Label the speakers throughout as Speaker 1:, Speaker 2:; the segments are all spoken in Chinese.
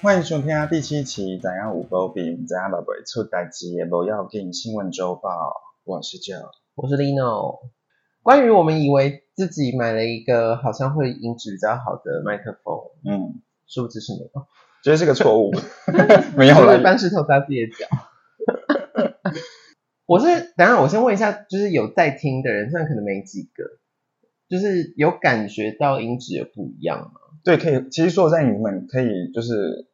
Speaker 1: 欢迎收听第七期《怎样五波饼，怎样宝贝出代志》也不要听新闻周报。我是 Joe，
Speaker 2: 我是 Lino。关于我们以为自己买了一个好像会音质比较好的麦克风，
Speaker 1: 嗯，
Speaker 2: 殊不知是没有，
Speaker 1: 觉得是个 错误，没有
Speaker 2: 就是
Speaker 1: 了。
Speaker 2: 搬石头砸自己的脚。我是，等一下我先问一下，就是有在听的人，虽然可能没几个，就是有感觉到音质有不一样吗？
Speaker 1: 对，可以。其实说在你们可以就是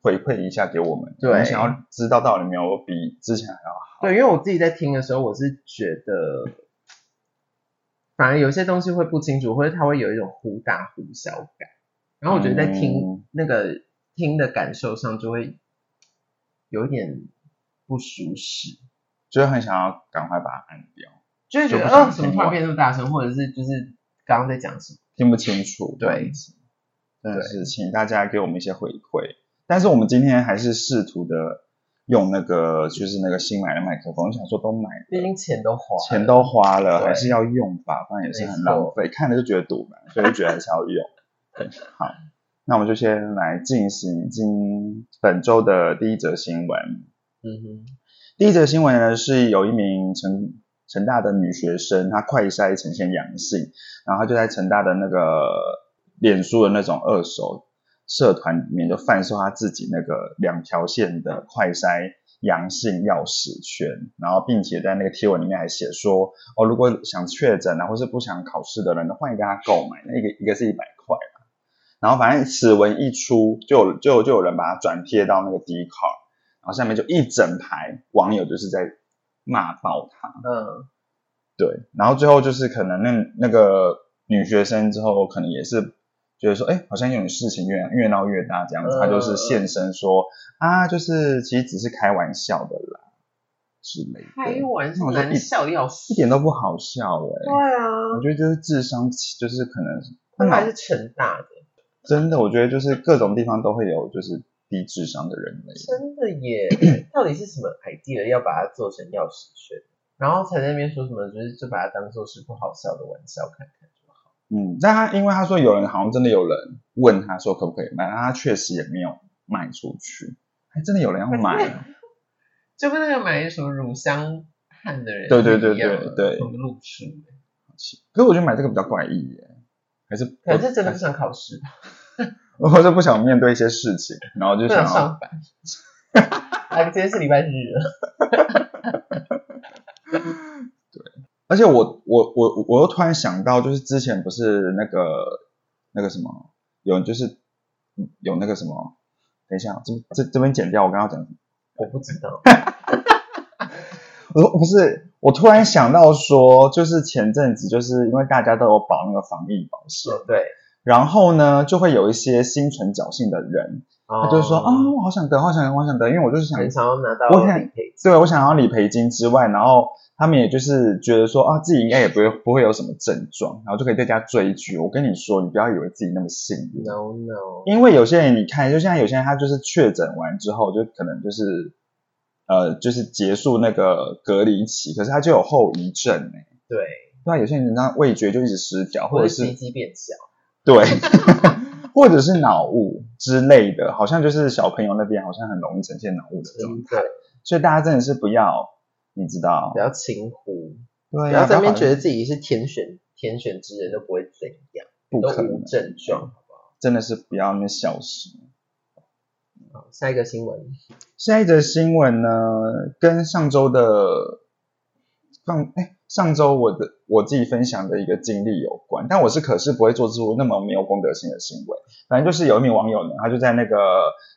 Speaker 1: 回馈一下给我们，
Speaker 2: 对
Speaker 1: 我们想要知道到底有没有比之前还要好。
Speaker 2: 对，因为我自己在听的时候，我是觉得，反而有些东西会不清楚，或者它会有一种忽大忽小感。然后我觉得在听、
Speaker 1: 嗯
Speaker 2: 那个听的感受上，就会有一点不舒适，
Speaker 1: 就是很想要赶快把它按掉，
Speaker 2: 就会觉得
Speaker 1: 就不想
Speaker 2: 哦，怎么
Speaker 1: 听
Speaker 2: 突然
Speaker 1: 完
Speaker 2: 变那么大声，或者是就是刚刚在讲什么？
Speaker 1: 听不清楚。
Speaker 2: 对
Speaker 1: 这样子，真的是请大家给我们一些回馈。但是我们今天还是试图的用那个就是那个新买的麦克风，想说都买了
Speaker 2: 毕竟钱都花了，
Speaker 1: 钱都花了，
Speaker 2: 对
Speaker 1: 还是要用吧，不然也是很浪费。看了就觉得堵门，所以就觉得还是要用。好，那我们就先来进行今本周的第一则新闻。
Speaker 2: 嗯
Speaker 1: 第一则新闻呢是有一名成成大的女学生，她快筛呈现阳性，然后她就在成大的那个脸书的那种二手社团里面就贩售她自己那个两条线的快筛阳性钥匙圈，然后并且在那个贴文里面还写说，哦，如果想确诊啊，或是不想考试的人的话，欢迎大家购买，那一个一个是一百块啦然后反正此文一出，就有就有就有人把它转贴到那个 d c a r 然后下面就一整排网友就是在骂爆他，
Speaker 2: 哼嗯，
Speaker 1: 对，然后最后就是可能那那个女学生之后可能也是觉得说，哎，好像有点事情越越闹越大这样子，
Speaker 2: 嗯
Speaker 1: 她就是现身说啊，就是其实只是开玩笑的啦之类
Speaker 2: 开
Speaker 1: 的，
Speaker 2: 玩
Speaker 1: 那
Speaker 2: 笑，
Speaker 1: 我就
Speaker 2: 难
Speaker 1: 一
Speaker 2: 笑的要死
Speaker 1: 一。点都不好笑哎、
Speaker 2: 对啊
Speaker 1: 我，觉得就是智商就是可能他
Speaker 2: 他们还
Speaker 1: 脑
Speaker 2: 是成大的，
Speaker 1: 真的，我觉得就是各种地方都会有就是低智商的人类。
Speaker 2: 真的 耶！到底是什么 idea 要把它做成钥匙圈，然后才在那边说什么，就是就把它当做是不好笑的玩笑看看就好。
Speaker 1: 嗯，但他因为他说有人好像真的有人问他说可不可以卖，但他确实也没有卖出去，还真的有人要买啊，
Speaker 2: 就跟那个买什么乳香汗的人
Speaker 1: 对对对
Speaker 2: 一样啊
Speaker 1: 对对
Speaker 2: 同个路数。
Speaker 1: 可是我觉得买这个比较怪异耶，还是
Speaker 2: 可能是真的不想考试，
Speaker 1: 我是不想面对一些事情，然后就
Speaker 2: 不
Speaker 1: 想
Speaker 2: 想
Speaker 1: 要
Speaker 2: 上班。啊，今天是礼拜日了，
Speaker 1: 而且我我我我又突然想到，就是之前不是那个那个什么，有就是有那个什么，等一下，这这这边剪掉，我刚刚讲什么
Speaker 2: 我不知道。
Speaker 1: 我说不是，我突然想到说，就是前阵子就是因为大家都有保那个防疫保险，
Speaker 2: 对，
Speaker 1: 然后呢，就会有一些心存侥幸的人，他
Speaker 2: 他
Speaker 1: 就说啊、我好想得，好想得，好想得，因为我就是想，
Speaker 2: 哦很想要拿到
Speaker 1: 我想
Speaker 2: 理赔
Speaker 1: 对我想要理赔金之外，然后他们也就是觉得说啊，自己应该也不会不会有什么症状，然后就可以在家追剧。我跟你说，你不要以为自己那么幸运，
Speaker 2: ，no no，
Speaker 1: 因为有些人你看，就像有些人他就是确诊完之后，就可能就是呃，就是结束那个隔离期，可是他就有后遗症哎、
Speaker 2: 对，
Speaker 1: 对啊，有些人那味觉就一直失调，或者是
Speaker 2: 鸡鸡变小，
Speaker 1: 对，或者是脑雾之类的，好像就是小朋友那边好像很容易呈现脑雾的状态，
Speaker 2: 真的
Speaker 1: 所以大家真的是不要，你知道
Speaker 2: 不，要轻忽。
Speaker 1: 对
Speaker 2: 啊
Speaker 1: 啊
Speaker 2: 不要在那边
Speaker 1: 搞
Speaker 2: 觉得自己是天选天选之人都不会怎样，
Speaker 1: 不
Speaker 2: 都
Speaker 1: 可能
Speaker 2: 无，症状，好不
Speaker 1: 真的是不要那么消失。
Speaker 2: 好？下一个新闻，
Speaker 1: 下一则新闻呢，跟上周的上哎上周我的我自己分享的一个经历有关，但我是可是不会做出那么没有公德心的行为。反正就是有一名网友呢，他就在那个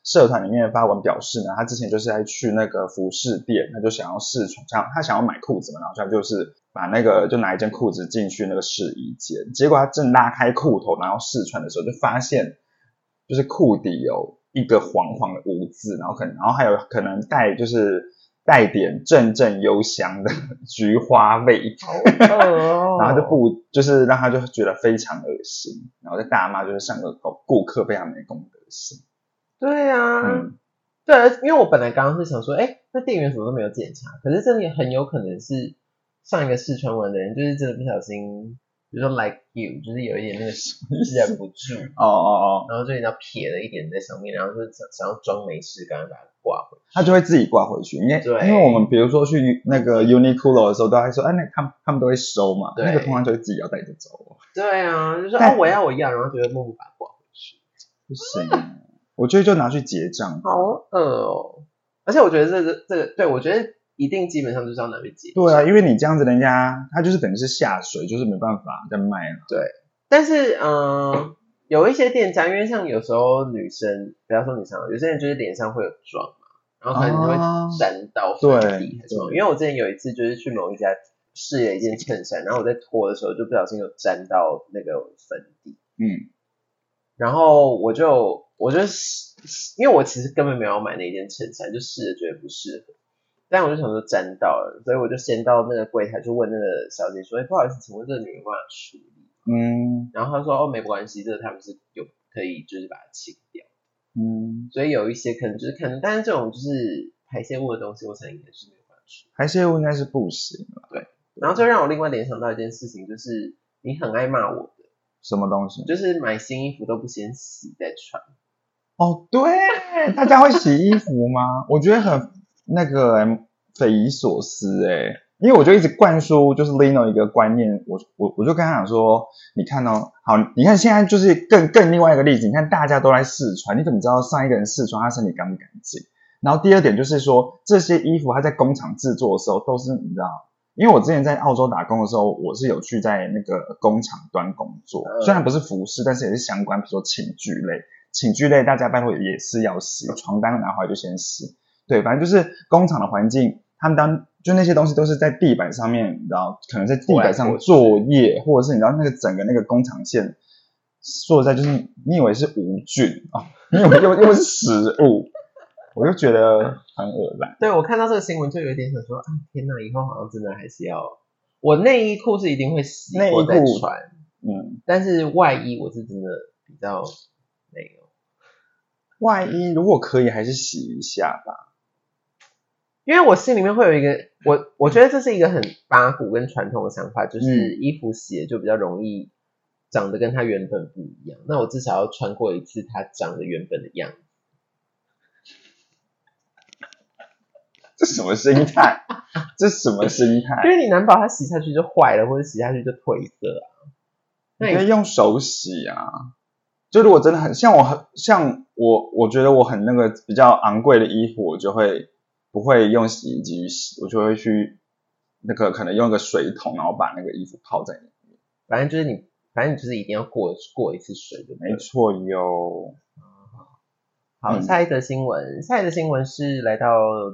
Speaker 1: 社团里面发文表示呢，他之前就是在去那个服饰店，他就想要试穿，想他想要买裤子嘛，然后他就是把那个就拿一件裤子进去那个试衣间，结果他正拉开裤头然后试穿的时候，就发现就是裤底有一个黄黄的污渍，然后可能然后还有可能带就是带点阵阵幽香的 菊花味，
Speaker 2: 好饿 哦
Speaker 1: 然后就不就是让他就觉得非常恶心，然后就大骂就是上个顾客非常没公德心，
Speaker 2: 对啊，
Speaker 1: 嗯，
Speaker 2: 对啊，因为我本来刚刚是想说，哎，那店员怎么都没有检查？可是真的很有可能是上一个试穿完的人，就是真的不小心比如说 like you，就是有一点那个 忍不住，
Speaker 1: 哦哦哦，
Speaker 2: 然后就你知道撇了一点在上面，然后就想想要装没事，赶快把它挂回
Speaker 1: 他就会自己挂回去。因为
Speaker 2: 对
Speaker 1: 因为我们比如说去那个 Uniqlo 的时候，都还说，哎、那他们他们都会收嘛，
Speaker 2: 对
Speaker 1: 那个通常就会自己要带着走，哦
Speaker 2: 去。对啊，就说
Speaker 1: 但
Speaker 2: 哦我要我要，然后就会默默把它挂回去，
Speaker 1: 不行。啊我觉得就拿去结账。
Speaker 2: 好恶哦。而且我觉得这个这个，对我觉得一定基本上就是要拿去解。
Speaker 1: 对啊，因为你这样子，人家他就是等于是下水，就是没办法再卖了。
Speaker 2: 但是嗯、呃有一些店家，因为像有时候女生，不要说女生啊，有些人就是脸上会有妆嘛，然后可能就会
Speaker 1: 哦
Speaker 2: 沾到
Speaker 1: 对
Speaker 2: 粉底还是什么。因为我之前有一次就是去某一家试了一件衬衫，然后我在脱的时候就不小心有沾到那个粉底，
Speaker 1: 嗯，
Speaker 2: 然后我就我就是因为我其实根本没有买那件衬衫，就试了觉得不适合。但我就想说沾到了，所以我就先到那个柜台去问那个小姐说：“哎、不好意思，请问这个女人有办法处理
Speaker 1: 嗯
Speaker 2: 然后他说哦没关系，这个他们是有可以就是把它清掉，
Speaker 1: 嗯，
Speaker 2: 所以有一些可能就是可能，但是这种就是排泄物的东西，我想应该是没有办法处理。
Speaker 1: 排泄物应该是不行了。
Speaker 2: 然后就让我另外联想到一件事情，就是你很爱骂我的，
Speaker 1: 什么东西？
Speaker 2: 就是买新衣服都不先洗再穿，
Speaker 1: 哦，对，大家会洗衣服吗？我觉得很那个、欸、匪夷所思哎、因为我就一直灌输就是 Lino 一个观念，我我我就跟他讲说，你看哦，好，你看现在就是更更另外一个例子，你看大家都来试穿，你怎么知道上一个人试穿他身体干不干净？然后第二点就是说，这些衣服它在工厂制作的时候都是你知道，因为我之前在澳洲打工的时候，我是有去在那个工厂端工作，
Speaker 2: 嗯
Speaker 1: 虽然不是服饰，但是也是相关，比如说寝具类。寝具类大家拜托也是要洗，床单拿回来就先洗。对，反正就是工厂的环境，他们当就那些东西都是在地板上面，然后可能在地板上作业，或者是你知道那个整个那个工厂线，说实在就是你以为是无菌啊、哦，你以为又又是食物，我就觉得很恶心。
Speaker 2: 对我看到这个新闻就有点想说，啊天哪，以后好像真的还是要，我内衣裤是一定会洗
Speaker 1: 内衣
Speaker 2: 过再
Speaker 1: 裤
Speaker 2: 穿，
Speaker 1: 嗯，
Speaker 2: 但是外衣我是真的比较那个。
Speaker 1: 外衣如果可以还是洗一下吧。
Speaker 2: 因为我心里面会有一个，我我觉得这是一个很八股跟传统的想法，就是
Speaker 1: 嗯
Speaker 2: 衣服洗了就比较容易长得跟它原本不一样。那我至少要穿过一次它长得原本的样子。
Speaker 1: 这什么心态？这什么心
Speaker 2: 因
Speaker 1: 态？
Speaker 2: 为你难保它洗下去就坏了，或者洗下去就褪色啊。那
Speaker 1: 你可
Speaker 2: 你
Speaker 1: 以用手洗啊。就如果真的很像我很像我，我觉得我很那个比较昂贵的衣服，我就会不会用洗衣机去洗，我就会去那个可能用一个水桶，然后把那个衣服泡在里面。
Speaker 2: 反正就是你，反正你就是一定要过过一次水就没
Speaker 1: 没错哟。
Speaker 2: 好，
Speaker 1: 嗯
Speaker 2: 下一则新闻，下一则新闻是来到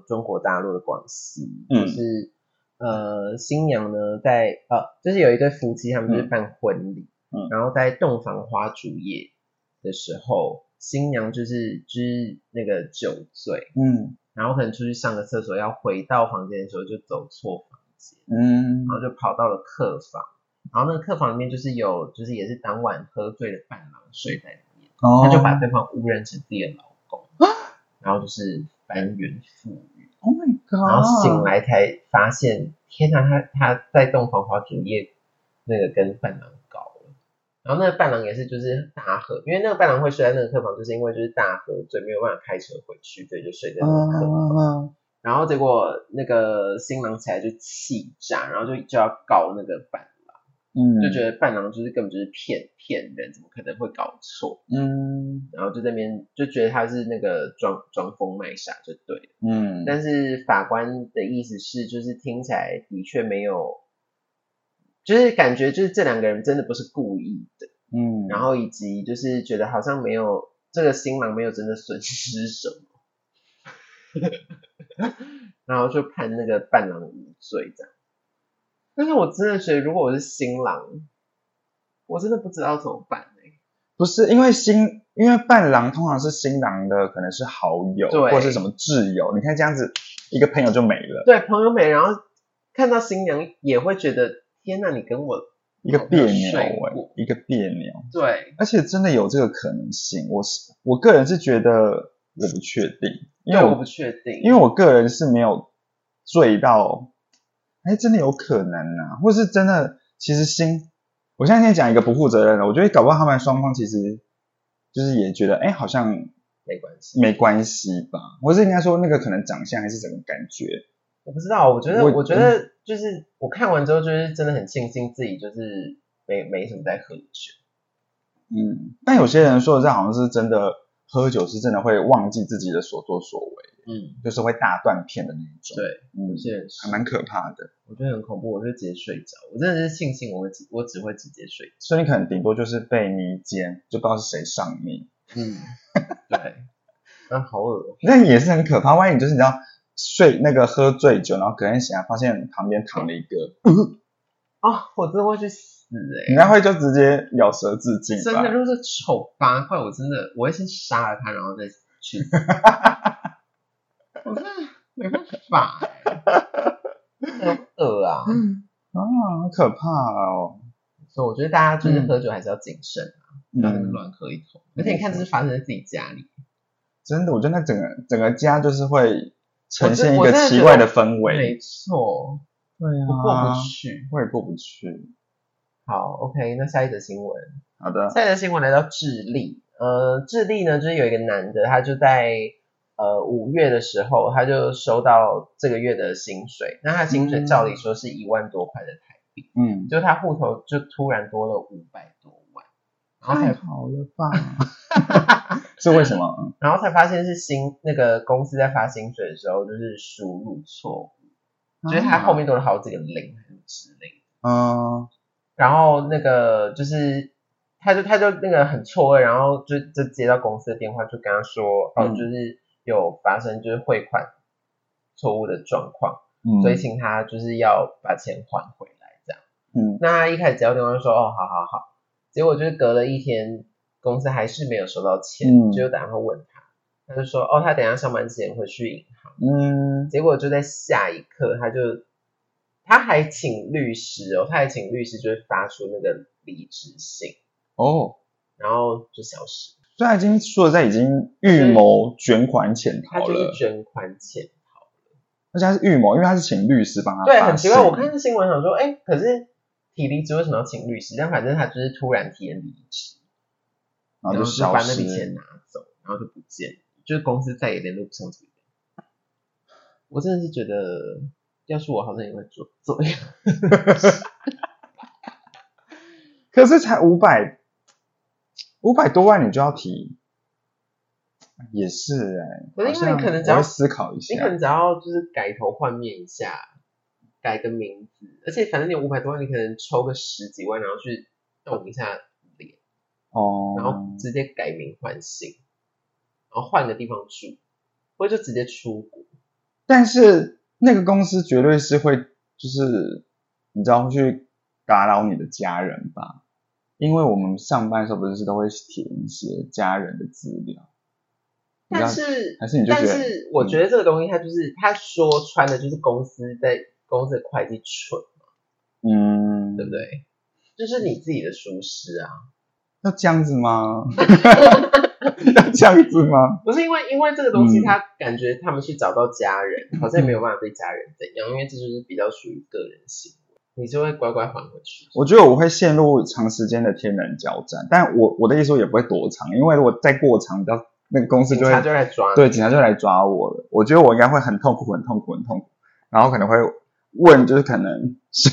Speaker 2: 中国大陆的广西，
Speaker 1: 嗯
Speaker 2: 就是呃新娘呢在呃就是有一对夫妻，他们就是办婚礼，
Speaker 1: 嗯
Speaker 2: 然后在洞房花烛夜的时候，新娘就是就是那个酒醉，
Speaker 1: 嗯
Speaker 2: 然后可能出去上个厕所，要回到房间的时候就走错房间，
Speaker 1: 嗯
Speaker 2: 然后就跑到了客房，然后那个客房里面就是有就是也是当晚喝醉的伴郎睡在里面。
Speaker 1: 哦啊
Speaker 2: 他就把对方误认成自己的老公，然后就是翻云覆雨，
Speaker 1: Oh my God！
Speaker 2: 然后醒来才发现，天哪，他他在洞房花烛夜那个跟伴郎搞了，然后那个伴郎也是就是大喝，因为那个伴郎会睡在那个客房，就是因为就是大喝醉没有办法开车回去，所以就睡在那个客房。
Speaker 1: 啊，
Speaker 2: 然后结果那个新郎起来就气炸，然后就就要告那个伴郎，
Speaker 1: 嗯，
Speaker 2: 就觉得伴郎就是根本就是骗骗人，怎么可能会搞错？
Speaker 1: 嗯
Speaker 2: 然后就在那边就觉得他是那个装装疯卖傻就对了。
Speaker 1: 嗯，
Speaker 2: 但是法官的意思是，就是听起来的确没有，就是感觉就是这两个人真的不是故意的，
Speaker 1: 嗯，
Speaker 2: 然后以及就是觉得好像没有这个新郎没有真的损失什么。然后就判那个伴郎无罪这样，但是我真的觉得，如果我是新郎，我真的不知道怎么办哎、
Speaker 1: 不是因为新，因为伴郎通常是新郎的，可能是好友
Speaker 2: 对
Speaker 1: 或是什么挚友。你看这样子，一个朋友就没了，
Speaker 2: 对，朋友美，然后看到新娘也会觉得天呐，你跟我
Speaker 1: 一
Speaker 2: 哦
Speaker 1: 个别扭
Speaker 2: 睡
Speaker 1: 哎、
Speaker 2: 过
Speaker 1: 一个别扭。
Speaker 2: 对，
Speaker 1: 而且真的有这个可能性，我是我个人是觉得我不确定，因
Speaker 2: 因
Speaker 1: 为
Speaker 2: 为我
Speaker 1: 我
Speaker 2: 不确定，
Speaker 1: 因为我个人是没有啊醉到，哎，真的有可能呐、或是真的其实新我现在先讲一个不负责任的，我觉得搞不好他们双方其实就是也觉得，哎，好像
Speaker 2: 没关系。
Speaker 1: 没关系吧，或是应该说那个可能长相还是整个感觉，
Speaker 2: 我不知道，我觉得，
Speaker 1: 我嗯
Speaker 2: 我觉得就是我看完之后，就是真的很庆幸自己就是没没什么在喝酒。
Speaker 1: 嗯，但有些人说的这好像是真的，喝酒是真的会忘记自己的所作所为，
Speaker 2: 嗯，
Speaker 1: 就是会大断片的那一种，
Speaker 2: 对，
Speaker 1: 嗯
Speaker 2: 有，些人是
Speaker 1: 还蛮可怕的。
Speaker 2: 我觉得很恐怖，我就直接睡着。我真的是庆幸我会只我只会直接睡着。
Speaker 1: 所以你可能顶多就是被迷奸，就不知道是谁上你，
Speaker 2: 嗯， 对，啊，好恶哦。
Speaker 1: 那也是很可怕。万一你就是你知道睡那个喝醉酒，然后隔天醒来发现旁边躺了一个，
Speaker 2: 啊，我真的会去死
Speaker 1: 你
Speaker 2: 哎、
Speaker 1: 应该会就直接咬舌自尽
Speaker 2: 真的，
Speaker 1: 吧？嗯
Speaker 2: 如果是丑八怪，我真的我会先杀了他，然后再 去死。我真的没办法、 欸，很恶啊。
Speaker 1: 啊，好可怕哦。
Speaker 2: 所以我觉得大家就是喝酒还是要谨慎。不要在那边
Speaker 1: 嗯，
Speaker 2: 乱喝一口。而且你看，这是发生在自己家里，
Speaker 1: 真的，我觉得那整个整个家就是会呈现一
Speaker 2: 我
Speaker 1: 个
Speaker 2: 真的觉得
Speaker 1: 奇怪的氛围，
Speaker 2: 没错，
Speaker 1: 对
Speaker 2: 我过不去。
Speaker 1: 我也过不去。
Speaker 2: 好，OK，那下一则新闻，
Speaker 1: 好的，
Speaker 2: 下一则新闻来到智利。呃，智利呢，就是有一个男的，他就在呃五月的时候，他就收到这个月的薪水。那他薪水照理说是一万多块的台币，
Speaker 1: 嗯，
Speaker 2: 就他户头就突然多了五百多万，然后才
Speaker 1: 太好了吧？ 是为什 么？
Speaker 2: 然后才发现是薪那个公司在发薪水的时候就是输入错误，就是他后面多了好几个零还是之类的。
Speaker 1: 嗯，
Speaker 2: 然后那个就是他就他就那个很错愕，然后就就接到公司的电话，就跟他说，哦，
Speaker 1: 嗯
Speaker 2: 就是有发生就是汇款错误的状况，
Speaker 1: 嗯
Speaker 2: 所以请他就是要把钱还回来这样。
Speaker 1: 嗯
Speaker 2: 那他一开始接到电话就说，哦，好好好，结果就是隔了一天，公司还是没有收到钱，
Speaker 1: 嗯
Speaker 2: 就打电话问他，他就说，哦，他等一下上班之前会去银行。
Speaker 1: 嗯
Speaker 2: 结果就在下一刻，他就他还请律师哦，他还请律师就是发出那个离职信，
Speaker 1: 哦，
Speaker 2: 然后就消失，
Speaker 1: 所以他已经说在已经预谋卷款潜
Speaker 2: 嗯他
Speaker 1: 逃
Speaker 2: 就是
Speaker 1: 了，
Speaker 2: 捐款钱。
Speaker 1: 而且他是预谋，因为他是请律师帮他
Speaker 2: 对，
Speaker 1: 发
Speaker 2: 很奇怪，
Speaker 1: 信
Speaker 2: 我看这新闻想说，哎，可是提离职为什么要请律师？但反正他就是突然提了离职，
Speaker 1: 然后
Speaker 2: 然
Speaker 1: 就
Speaker 2: 后就
Speaker 1: 消
Speaker 2: 把那笔钱
Speaker 1: 失。
Speaker 2: 拿走，然后就不见了，就是公司再也联络不上这个人。我真的是觉得，要是我好像也会做做一样。
Speaker 1: 可是才五百五百多万，你就要提，也是哎、
Speaker 2: 可是因为
Speaker 1: 好像
Speaker 2: 你可能只要
Speaker 1: 我会思考一
Speaker 2: 你可
Speaker 1: 下，
Speaker 2: 能只要就是改头换面一下，改个名字，而且反正你五百多万，你可能抽个十几万，然后去动一下脸，
Speaker 1: 哦，
Speaker 2: 然后直接改名换姓，然后换个地方住，或者就直接出国。
Speaker 1: 但是那个公司绝对是会，就是你知道会去打扰你的家人吧？因为我们上班的时候不是都会填一些家人的资料，你知道
Speaker 2: 但是
Speaker 1: 还是你就觉
Speaker 2: 但
Speaker 1: 得嗯
Speaker 2: 是我觉得这个东西，它就是他说穿的就是公司在公司的会计蠢，
Speaker 1: 嗯
Speaker 2: 对，不对？就是你自己的疏失啊，
Speaker 1: 要这样子 吗？ 要这样子吗？
Speaker 2: 不是因为因为这个东西，
Speaker 1: 嗯
Speaker 2: 他感觉他们去找到家人，好像也没有办法对家人怎样，因为这就是比较属于个人行为，你就会乖乖还回去。
Speaker 1: 我觉得我会陷入长时间的天人交战，但我我的意思说也不会多长，因为如果再过长，你知道那个公司
Speaker 2: 警
Speaker 1: 就
Speaker 2: 察
Speaker 1: 会
Speaker 2: 就来抓你，
Speaker 1: 对，警察就来抓我了。我觉得我应该会很痛苦，很痛苦，很痛苦。然后可能会问，就是可能是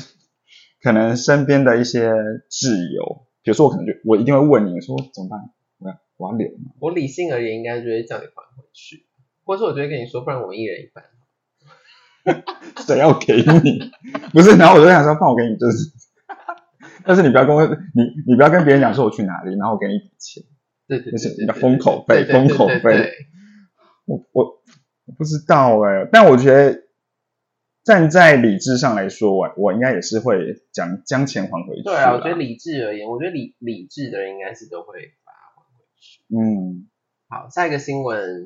Speaker 1: 可能身边的一些挚友，比如说我可能就我一定会问你说怎么办？我要我要留吗？
Speaker 2: 我理性而言应该就会叫你还回去，或者我就会跟你说，不然我们一人一半。
Speaker 1: 谁要给你？不是，然后我就想说，放我给你就是，但是你不要跟我你你不要跟别人讲说我去哪里，然后我给你一笔钱，
Speaker 2: 对对
Speaker 1: 就
Speaker 2: 对
Speaker 1: 是
Speaker 2: 对
Speaker 1: 你的
Speaker 2: 对，
Speaker 1: 封口费，
Speaker 2: 对对对
Speaker 1: 封口
Speaker 2: 对对
Speaker 1: 费。
Speaker 2: 对
Speaker 1: 我我我不知道哎、但我觉得站在理智上来说，我我应该也是会将将钱还回去啦。
Speaker 2: 对啊，我觉得理智而言，我觉得理理智的人应该是都会把它还回去。
Speaker 1: 嗯
Speaker 2: 好，下一个新闻，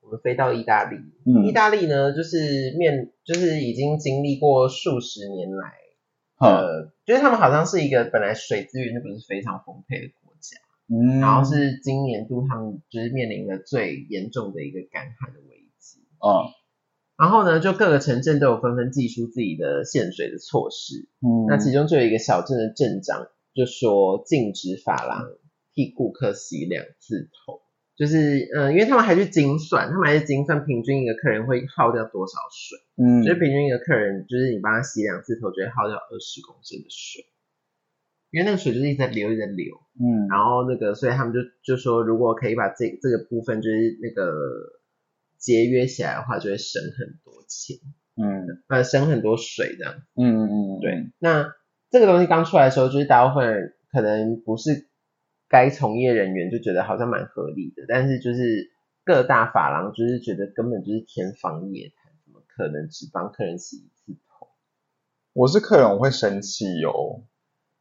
Speaker 2: 我们飞到意大利。意
Speaker 1: 嗯，
Speaker 2: 大利呢，就是面就是已经经历过数十年来，
Speaker 1: 好，
Speaker 2: 呃，就是他们好像是一个本来水资源就不是非常丰沛的国家，
Speaker 1: 嗯，
Speaker 2: 然后是今年度他们就是面临了最严重的一个干旱的危机。
Speaker 1: 哦，
Speaker 2: 然后呢，就各个城镇都有纷纷祭出自己的限水的措施。
Speaker 1: 嗯，
Speaker 2: 那其中就有一个小镇的镇长，就说禁止发廊
Speaker 1: 嗯
Speaker 2: 替顾客洗两次头，就是嗯、呃因为他们还去精算，他们还去精算平均一个客人会耗掉多少水，
Speaker 1: 嗯
Speaker 2: 就是平均一个客人，就是你帮他洗两次头，就会耗掉二十公升的水，因为那个水就是一直在流，一直在流。
Speaker 1: 嗯
Speaker 2: 然后那个，所以他们就就说，如果可以把这这个部分就是那个节约起来的话，就会省很多钱，
Speaker 1: 嗯
Speaker 2: 呃，省很多水这样。
Speaker 1: 嗯嗯嗯，
Speaker 2: 对，那这个东西刚出来的时候，就是大部分人可能不是该从业人员就觉得好像蛮合理的，但是就是各大发廊就是觉得根本就是天方夜谭，怎么可能只帮客人洗一次头？
Speaker 1: 我是客人，我会生气哦。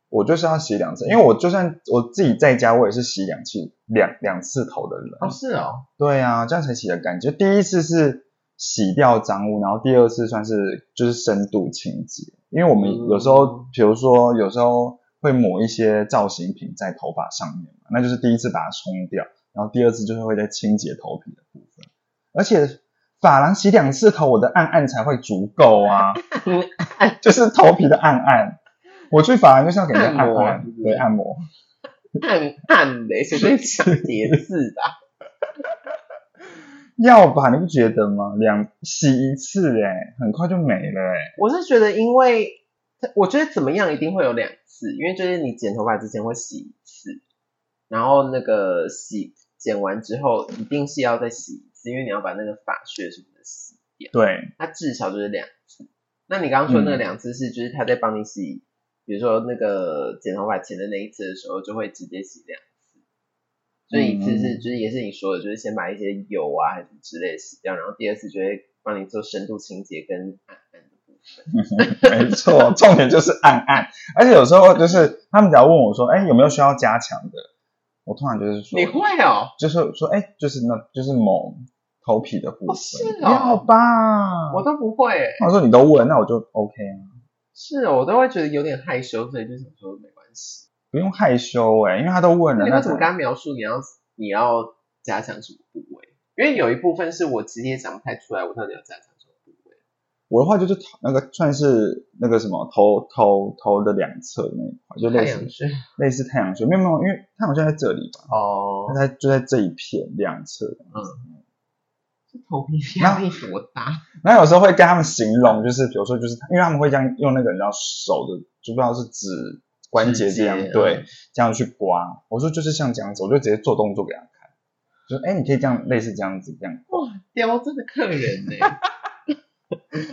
Speaker 1: 我就是要洗两次，因为我就算我自己在家，我也是洗两次两两次头的人。
Speaker 2: 哦，是哦，
Speaker 1: 对啊，这样才洗的干净。就第一次是洗掉脏污，然后第二次算是就是深度清洁，因为我们
Speaker 2: 嗯
Speaker 1: 有时候，比如说有时候会抹一些造型品在头发上面嘛，那就是第一次把它冲掉，然后第二次就是会在清洁头皮的部分。而且发廊洗两次头，我的暗暗才会足够 啊，就是头皮的暗暗。我去发廊就是要给人家
Speaker 2: 按
Speaker 1: 按
Speaker 2: 摩
Speaker 1: 按，
Speaker 2: 是不是
Speaker 1: 对，按摩。
Speaker 2: 暗暗的，谁在想叠字的啊？
Speaker 1: 要吧，你不觉得吗？两洗一次、欸，很快就没了、欸，
Speaker 2: 我是觉得，因为我觉得怎么样一定会有两次，因为就是你剪头发之前会洗一次，然后那个洗剪完之后一定是要再洗一次，因为你要把那个发屑什么的洗掉，
Speaker 1: 对，
Speaker 2: 它至少就是两次。那你刚刚说那个两次是，就是他在帮你洗，比如说那个剪头发前的那一次的时候，就会直接洗两次，所以一次
Speaker 1: 嗯
Speaker 2: 是就是也是你说的，就是先把一些油啊还是之类的洗掉，然后第二次就会帮你做深度清洁跟按按的部分。
Speaker 1: 没错， 重点就是暗暗，而且有时候就是他们只要问我说，哎，有没有需要加强的？我通常就是说
Speaker 2: 你，会哦？
Speaker 1: 就是说，哎，就是那，就是某头皮的部分，
Speaker 2: 哦是哦
Speaker 1: 要吧？
Speaker 2: 我都不会欸，
Speaker 1: 我说你都问，那我就 OK 啊，
Speaker 2: 是哦我都会觉得有点害羞，所以就想说没关系。
Speaker 1: 不用害羞哎、因为他都问了，
Speaker 2: 那你
Speaker 1: 那
Speaker 2: 会怎么跟他描述你要你要加强什么部位？因为有一部分是我直接想不太出来，我到底要加强什么部位。
Speaker 1: 我的话就是头那个算是那个什么头头头的两侧那一块，就类
Speaker 2: 太
Speaker 1: 似
Speaker 2: 阳穴
Speaker 1: 类似太阳穴，没有没有，因为太阳穴在这里吧，
Speaker 2: 哦
Speaker 1: 它，在就在这一片两侧，
Speaker 2: 这头皮压力多大？
Speaker 1: 然后有时候会跟他们形容，就是比如说，就是因为他们会这样用那个你知道手的，就不知道是指关节这样
Speaker 2: 指节
Speaker 1: 对
Speaker 2: 嗯，
Speaker 1: 这样去刮。我说就是像这样子，我就直接做动作给他看，就说哎，你可以这样类似这样子这样。
Speaker 2: 哇，刁钻的客人呢、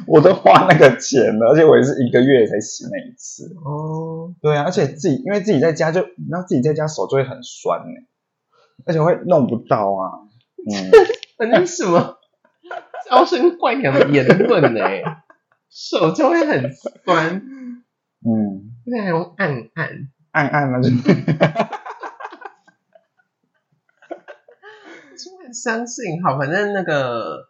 Speaker 1: 我都花那个钱了，而且我也是一个月才洗那一次。
Speaker 2: 哦，
Speaker 1: 对啊，而且自己因为自己在家就，你知道自己在家手就会很酸呢、而且会弄不到啊。嗯，
Speaker 2: 那呃是什么娇生惯养的言论呢、手就会很酸，
Speaker 1: 嗯，
Speaker 2: 现在还用按按。
Speaker 1: 按按嘛，就
Speaker 2: 真的相信，好，反正那个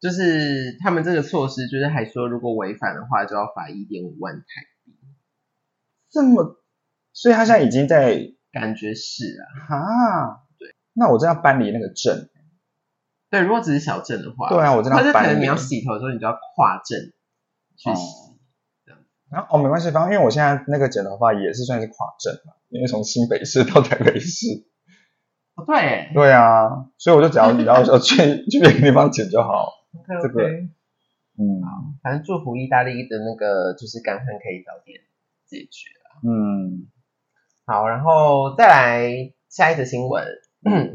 Speaker 2: 就是他们这个措施，就是还说如果违反的话，就要罚一点五万台币，
Speaker 1: 这么，所以他现在已经在
Speaker 2: 感觉是啊，
Speaker 1: 哈，那我真要搬离那个镇。
Speaker 2: 对，如果只是小镇的话，
Speaker 1: 对啊，我真的
Speaker 2: 或
Speaker 1: 要
Speaker 2: 者可
Speaker 1: 搬
Speaker 2: 能你
Speaker 1: 离
Speaker 2: 要。洗头的时候，你就要跨镇去洗，
Speaker 1: 然后哦，没关系，反正因为我现在那个剪头发也是算是跨镇嘛，因为从新北市到台北市。
Speaker 2: 哦，对耶，
Speaker 1: 对啊，所以我就只要你要说去去别的地方剪就好。
Speaker 2: OK，OK
Speaker 1: 这个嗯
Speaker 2: 反正祝福意大利的那个就是干旱可以早点解决。
Speaker 1: 嗯
Speaker 2: 好，然后再来下一则新闻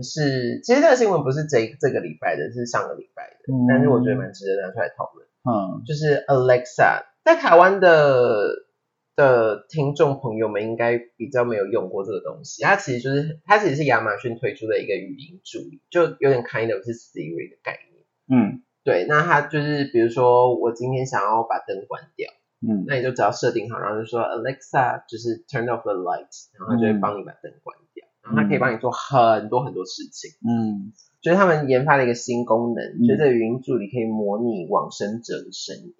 Speaker 2: 是，其实这个新闻不是这这个礼拜的，是上个礼拜的，
Speaker 1: 嗯
Speaker 2: 但是我觉得蛮值得拿出来讨论。
Speaker 1: 嗯，
Speaker 2: 就是 Alexa，在台湾的的听众朋友们应该比较没有用过这个东西，它其实就是它其实是亚马逊推出的一个语音助理，就有点 kind of 是 Siri 的概念。
Speaker 1: 嗯
Speaker 2: 对，那它就是比如说我今天想要把灯关掉，
Speaker 1: 嗯
Speaker 2: 那你就只要设定好，然后就说 Alexa 就是 turn off the light，然后它就
Speaker 1: 嗯
Speaker 2: 会帮你把灯关掉，然后它可以帮你做很多很多事情。
Speaker 1: 嗯
Speaker 2: 就是他们研发了一个新功能，
Speaker 1: 嗯
Speaker 2: 就是这个语音助理可以模拟往生者的声音。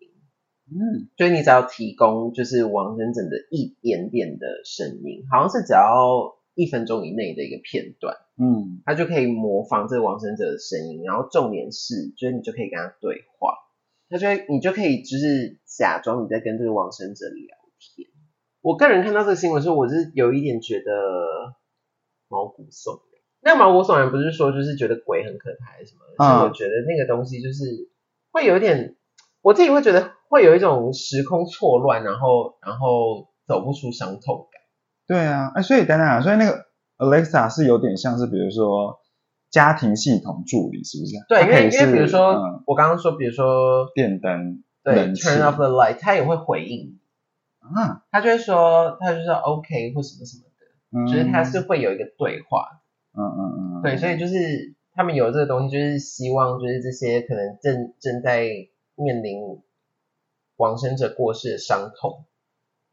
Speaker 1: 嗯
Speaker 2: 所以你只要提供就是王生整的一点点的声音，好像是只要一分钟以内的一个片段，
Speaker 1: 嗯
Speaker 2: 它就可以模仿这个王生者的声音。然后重点是，就是你就可以跟他对话，他就会你就可以就是假装你在跟这个王生者聊天，我个人看到这个新闻的时候，我是有一点觉得毛骨悚然。那毛骨悚然不是说就是觉得鬼很可怕还是什么，
Speaker 1: 嗯
Speaker 2: 是我觉得那个东西就是会有一点，我自己会觉得会有一种时空错乱，然后然后走不出伤痛感。
Speaker 1: 对啊，哎，所以等等啊，所以那个 Alexa 是有点像是比如说家庭系统助理，是不是？
Speaker 2: 对，
Speaker 1: 它
Speaker 2: 因
Speaker 1: 可以
Speaker 2: 为因为比如
Speaker 1: 是
Speaker 2: 说、
Speaker 1: 嗯、
Speaker 2: 我刚刚说，比如说
Speaker 1: 电灯
Speaker 2: 对
Speaker 1: 冷气
Speaker 2: turn off the light，它也会回应，
Speaker 1: 啊，
Speaker 2: 它就会说它就说 OK 或什么什么的，
Speaker 1: 嗯
Speaker 2: 就是它是会有一个对话的
Speaker 1: 嗯嗯嗯，
Speaker 2: 对，所以就是他们有这个东西，就是希望就是这些可能正正在面临往生者过世的伤痛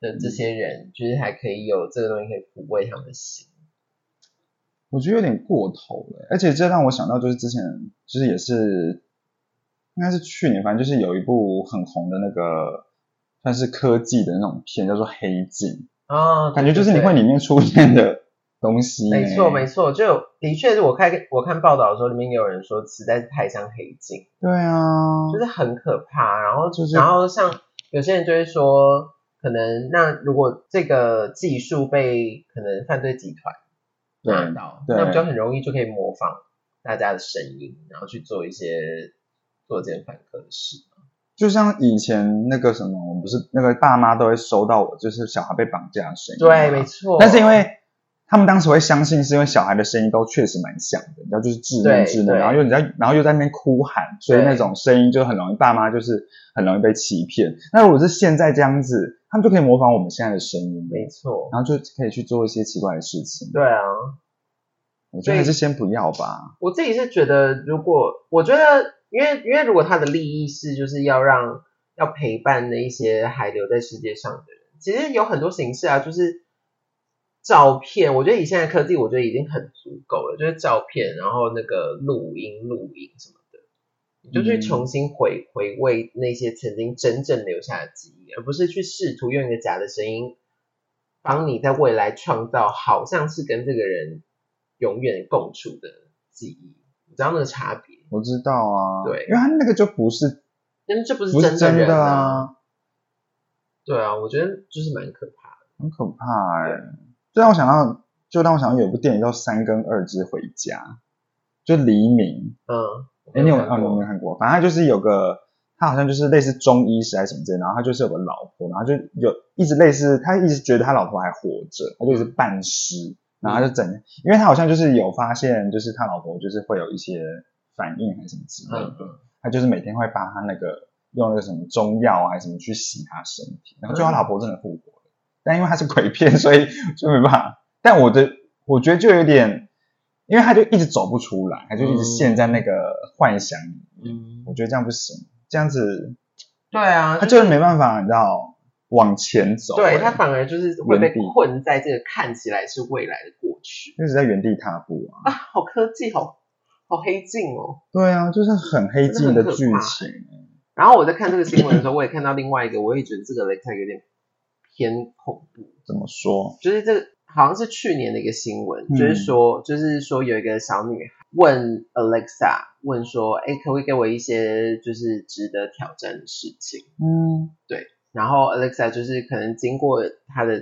Speaker 2: 的
Speaker 1: 嗯
Speaker 2: 这些人，就是还可以有这个东西可以抚慰他们的心。
Speaker 1: 我觉得有点过头了，而且这让我想到就是之前就是也是应该是去年，反正就是有一部很红的那个算是科技的那种片，叫做《黑镜》，
Speaker 2: 啊、
Speaker 1: 感觉就是你会
Speaker 2: 对。
Speaker 1: 里面出现的东西欸呢、
Speaker 2: 没错，没错，就有的确是我看我看报道的时候，里面有人说实在是太像黑镜。
Speaker 1: 对啊，
Speaker 2: 就是很可怕。然后
Speaker 1: 就是
Speaker 2: 然后像有些人就会说，可能那如果这个技术被可能犯罪集团拿
Speaker 1: 对
Speaker 2: 到，
Speaker 1: 对
Speaker 2: 那么就很容易就可以模仿大家的声音，然后去做一些作奸犯科的事。
Speaker 1: 就像以前那个什么，我们不是那个爸妈都会收到我就是小孩被绑架的声音，
Speaker 2: 对，没。错。
Speaker 1: 啊但是因为他们当时会相信，是因为小孩的声音都确实蛮像的，然后就是稚嫩
Speaker 2: 对
Speaker 1: 稚嫩，
Speaker 2: 对
Speaker 1: 然后又你在，然后又在那边哭喊，所以那种声音就很容易，爸妈就是很容易被欺骗。那如果是现在这样子，他们就可以模仿我们现在的声音，
Speaker 2: 没错，
Speaker 1: 然后就可以去做一些奇怪的事情。
Speaker 2: 对啊，
Speaker 1: 我觉得还是先不要吧。
Speaker 2: 我自己是觉得，如果我觉得，因为因为如果他的利益是就是要让要陪伴那一些还留在世界上的人，其实有很多形式啊，就是照片。我觉得以现在科技，我觉得已经很足够了，就是照片，然后那个录音、录影什么的，你就去
Speaker 1: 嗯
Speaker 2: 重新回回味那些曾经真正留下的记忆，而不是去试图用一个假的声音帮你在未来创造好像是跟这个人永远共处的记忆，你知道那个差别？
Speaker 1: 我知道啊，
Speaker 2: 对
Speaker 1: 因为他那个就不是
Speaker 2: 但是这不是
Speaker 1: 不是
Speaker 2: 真
Speaker 1: 真
Speaker 2: 人
Speaker 1: 的
Speaker 2: 啊，
Speaker 1: 啊，
Speaker 2: 对啊，我觉得就是蛮可怕的。
Speaker 1: 很可怕哎、就让我想到，就让我想到有部电影叫《三跟二之回家》，就黎明，
Speaker 2: 嗯，
Speaker 1: 哎，你有
Speaker 2: 看
Speaker 1: 啊？你有没
Speaker 2: 过？
Speaker 1: 有看过？反正他就是有个，他好像就是类似中医师还是什么之类的，然后他就是有个老婆，然后就有一直类似，他一直觉得他老婆还活着，他就一直半尸，然后他就整，因为他好像就是有发现，就是他老婆就是会有一些反应还是什么之类的，
Speaker 2: 嗯
Speaker 1: 他就是每天会把他那个用那个什么中药啊还是什么去洗他身体，然后最后他老婆真的复活了，但因为他是鬼片，所以就没办法。但我的我觉得就有点，因为他就一直走不出来，他就一直陷在那个幻想里面。
Speaker 2: 嗯，
Speaker 1: 我觉得这样不行，这样子
Speaker 2: 对啊，
Speaker 1: 他就是没办法，你知道往前走、
Speaker 2: 对
Speaker 1: 欸
Speaker 2: 他反而就是会被
Speaker 1: 原地
Speaker 2: 困在这个看起来是未来的过去
Speaker 1: 一直在原地踏步啊。
Speaker 2: 啊，好科技，好好黑镜哦。
Speaker 1: 对啊，就是很黑镜的剧
Speaker 2: 真的很
Speaker 1: 情。
Speaker 2: 然后我在看这个新闻的时候，我也看到另外一个，我也觉得这个雷赛有点偏恐怖，
Speaker 1: 怎么说？
Speaker 2: 就是这个好像是去年的一个新闻，
Speaker 1: 嗯
Speaker 2: 就是说，就是说有一个小女孩问 Alexa，问说，哎，可不可以给我一些就是值得挑战的事情？
Speaker 1: 嗯，
Speaker 2: 然后 Alexa 就是可能经过它的，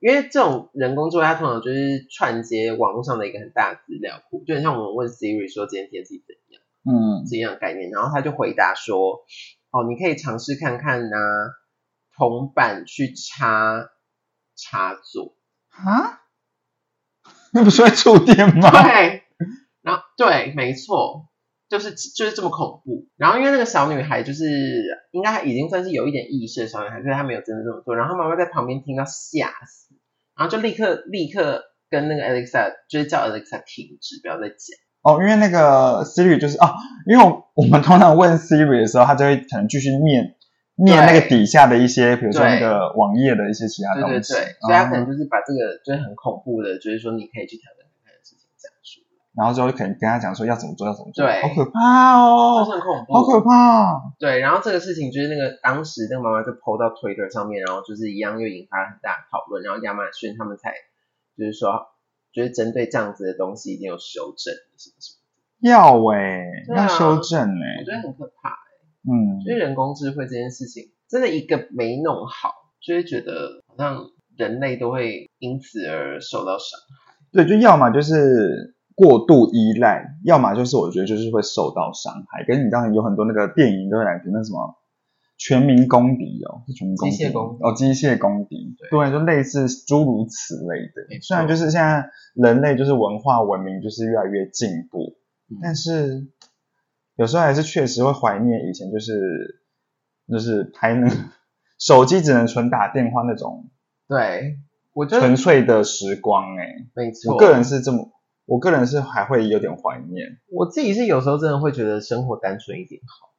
Speaker 2: 因为这种人工智慧它通常就是串接网络上的一个很大的资料库，就很像我们问 Siri 说今天天气怎样
Speaker 1: 嗯
Speaker 2: 是一样的概念，然后他就回答说，哦，你可以尝试看看拿铜板去插插座，
Speaker 1: 啊，那 不是会触电吗？
Speaker 2: 对，然后对，没错，就是就是这么恐怖。然后因为那个小女孩就是应该已经算是有一点意识的小女孩，所以她没有真的这么做。然后妈妈在旁边听到吓死，然后就立刻立刻跟那个 Alexa 就是叫 Alexa 停止，不要再讲。
Speaker 1: 哦，因为那个 Siri 就是哦，因为我我们通常问 Siri 的时候，它就会可能继续念念那个底下的一些，比如说那个网页的一些其他
Speaker 2: 对
Speaker 1: 东
Speaker 2: 对对，
Speaker 1: 西。
Speaker 2: 所以她可
Speaker 1: 嗯
Speaker 2: 能就是把这个就是很恐怖的，就是说你可以去挑战看看的事情讲出来，
Speaker 1: 然后之后就可能跟他讲说要怎么做，要怎么做，
Speaker 2: 对
Speaker 1: 好可怕
Speaker 2: 就
Speaker 1: 哦，
Speaker 2: 是很恐怖，
Speaker 1: 好可怕、哦。
Speaker 2: 对，然后这个事情就是那个当时那个妈妈就 PO 到 Twitter 上面，然后就是一样又引发了很大的讨论，然后亚马逊他们才就是说，就是针对这样子的东西已经有修正什么什么，
Speaker 1: 要哎、
Speaker 2: 对啊
Speaker 1: 要修正哎、
Speaker 2: 我觉得很可怕。
Speaker 1: 嗯
Speaker 2: 因，为人工智慧这件事情真的一个没弄好，就会觉得好像人类都会因此而受到伤害。
Speaker 1: 对，就要么就是过度依赖，要么就是我觉得就是会受到伤害。跟你当然有很多那个电影都会来那什么全民公敌哦，是全民公敌
Speaker 2: 机械公敌
Speaker 1: 哦，机械公敌，
Speaker 2: 对
Speaker 1: 对，就类似诸如此类
Speaker 2: 没
Speaker 1: 的。
Speaker 2: 错
Speaker 1: 虽然就是现在人类就是文化文明就是越来越进步，
Speaker 2: 嗯
Speaker 1: 但是有时候还是确实会怀念以前就是就是拍那个 手机只能纯打电话那种
Speaker 2: 对，我觉得
Speaker 1: 纯粹的时光哎、
Speaker 2: 没错。
Speaker 1: 我个人是这么，我个人是还会有点怀念。
Speaker 2: 我自己是有时候真的会觉得生活单纯一点好，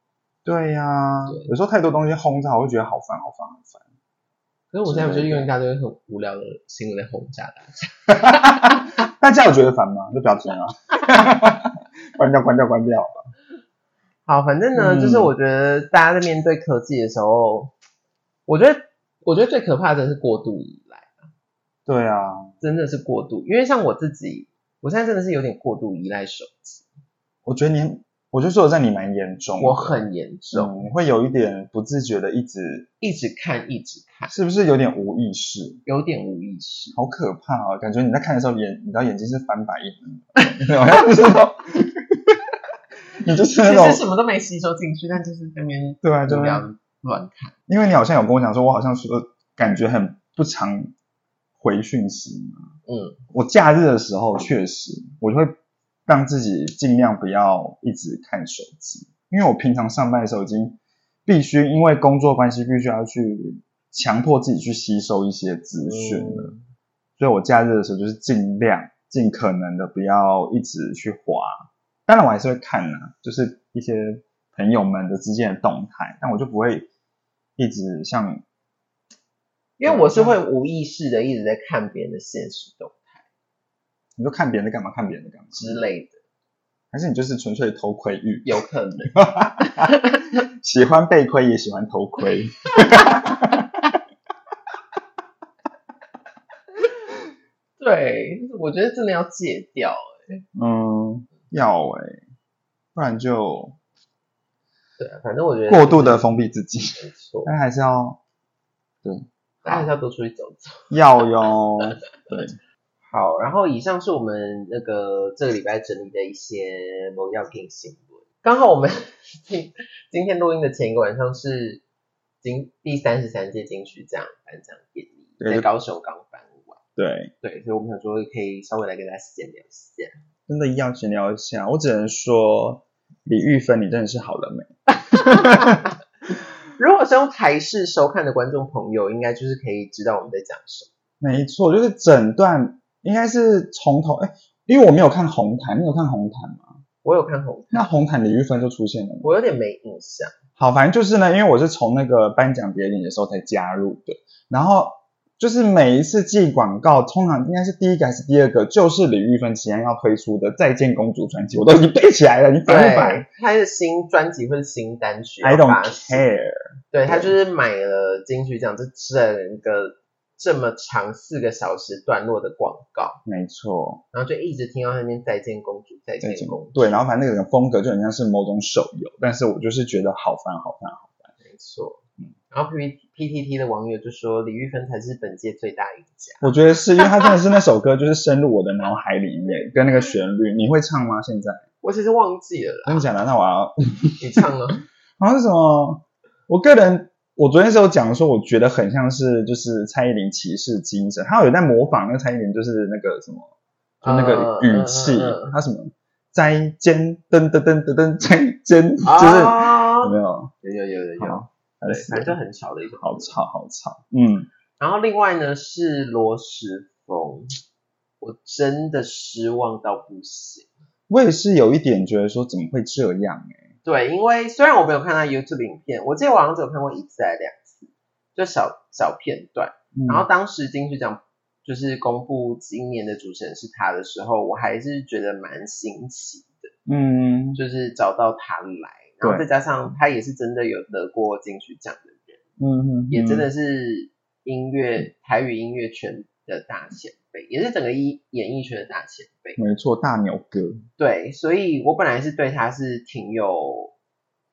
Speaker 1: 对呀、
Speaker 2: 对
Speaker 1: 有时候太多东西轰炸，我会觉得好烦，好烦，好烦。
Speaker 2: 可是我现在就是用一大堆很无聊的新闻在轰炸大家。
Speaker 1: 大家有觉得烦吗？就不要听了，啊 关掉，关掉，关掉。
Speaker 2: 好，反正呢，
Speaker 1: 嗯
Speaker 2: 就是我觉得大家在面对科技的时候，我觉得我觉得最可怕的是过度依赖，
Speaker 1: 对啊，
Speaker 2: 真的是过度。因为像我自己，我现在真的是有点过度依赖手机，
Speaker 1: 我觉得你，我就说在你蛮严重的，
Speaker 2: 我很严重，
Speaker 1: 嗯，会有一点不自觉的，一直
Speaker 2: 一直看一直看，
Speaker 1: 是不是有点无意识？
Speaker 2: 有点无意识。
Speaker 1: 好可怕啊！感觉你在看的时候眼，你知道眼睛是翻白眼的，好 像不知道，你就是那
Speaker 2: 其实
Speaker 1: 种
Speaker 2: 什么都没吸收进去，但就是那边
Speaker 1: 对啊，
Speaker 2: 无
Speaker 1: 对啊
Speaker 2: 聊。乱看。
Speaker 1: 因为你好像有跟我讲说，我好像说感觉很不常回讯息嘛。
Speaker 2: 嗯，
Speaker 1: 我假日的时候确实，我就会让自己尽量不要一直看手机，因为我平常上班的时候已经必须因为工作关系必须要去强迫自己去吸收一些资讯了，
Speaker 2: 嗯
Speaker 1: 所以我假日的时候就是尽量尽可能的不要一直去滑。当然我还是会看啊，就是一些朋友们的之间的动态，但我就不会一直像
Speaker 2: 因为我是会无意识的一直在看别人的现实动
Speaker 1: 你就看别人在干嘛，看别人在干嘛，
Speaker 2: 之类的，
Speaker 1: 还是你就是纯粹偷窥欲，
Speaker 2: 有 可能。
Speaker 1: 喜欢被窥也喜欢偷窥。
Speaker 2: 对，我觉得真的要戒掉。
Speaker 1: 嗯，要哎、不然就
Speaker 2: 对啊，反正我觉得
Speaker 1: 过度的封闭自己，
Speaker 2: 没错，
Speaker 1: 但还是要
Speaker 2: 大家还是要多出去走走。
Speaker 1: 要哟。对，
Speaker 2: 好，然后以上是我们那个这个礼拜整理的一些某要给新闻。刚好我们 今今天录音的前一个晚上是金第三十三届金曲奖颁奖典礼，
Speaker 1: 对
Speaker 2: 在
Speaker 1: 就
Speaker 2: 高雄刚颁完。
Speaker 1: 对，
Speaker 2: 对，所以我们想说可以稍微来跟大家闲聊一下。
Speaker 1: 真的要闲聊一下，我只能说李玉芬，你真的是好人美。
Speaker 2: 如果是用台式收看的观众朋友，应该就是可以知道我们在讲什么。
Speaker 1: 没错，就是整段应该是从头哎，因为我没有看红毯，你有看红毯吗？
Speaker 2: 我有看红毯，
Speaker 1: 那红毯李玉芬就出现了吗？
Speaker 2: 我有点没印象。
Speaker 1: 好，反正就是呢，因为我是从那个颁奖典礼的时候才加入的，然后就是每一次寄广告，通常应该是第一个还是第二个，就是李玉芬即将要推出的《再见公主》专辑，我都已经背起来了，你
Speaker 2: 对
Speaker 1: 烦不烦，
Speaker 2: 他的新专辑或是新单曲
Speaker 1: ？I
Speaker 2: 要
Speaker 1: don't
Speaker 2: 发行
Speaker 1: care。
Speaker 2: 对他就是买了金曲奖这整个这么长四个小时段落的广告，
Speaker 1: 没错，
Speaker 2: 然后就一直听到那边再见公主，再
Speaker 1: 再
Speaker 2: 见
Speaker 1: 见公
Speaker 2: 公
Speaker 1: 主
Speaker 2: 主。。
Speaker 1: 对，然后反正那个风格就很像是某种手游，但是我就是觉得好烦好烦。
Speaker 2: 没错。然后 P P T T 的网友就说李玉芬才是本届最大赢家。
Speaker 1: 我觉得是因为它真的是那首歌，就是深入我的脑海里面，跟那个旋律，你会唱吗？现在
Speaker 2: 我其实忘记了啦，
Speaker 1: 真的假的？那我要
Speaker 2: 你 唱了？
Speaker 1: 好像是什么？我个人，我昨天是有讲说，我觉得很像是就是蔡依林骑士精神，她有在模仿那个蔡依林，就是那个什么，就那个语气，
Speaker 2: 嗯嗯嗯嗯
Speaker 1: 她什么再见噔噔噔噔噔再见， 就是、
Speaker 2: 啊
Speaker 1: 有没有？
Speaker 2: 有有有有有，
Speaker 1: 好，
Speaker 2: 对
Speaker 1: 还，是
Speaker 2: 反正很小的一种。
Speaker 1: 好吵好吵，嗯，
Speaker 2: 然后另外呢是罗时丰，我真的失望到不行。
Speaker 1: 我也是有一点觉得说怎么会这样哎、
Speaker 2: 对，因为虽然我没有看他 YouTube 影片，我记得我好像只有看过一次还是两次，就小小片段。
Speaker 1: 嗯
Speaker 2: 然后当时金曲奖就是公布今年的主持人是他的时候，我还是觉得蛮新奇的，
Speaker 1: 嗯，
Speaker 2: 就是找到他来，然后再加上他也是真的有得过金曲奖的人，
Speaker 1: 嗯嗯，
Speaker 2: 也真的是音乐台语音乐圈的大前辈，也是整个一演艺圈的大前辈。
Speaker 1: 没错，大鸟哥，
Speaker 2: 对，所以我本来是对他是挺有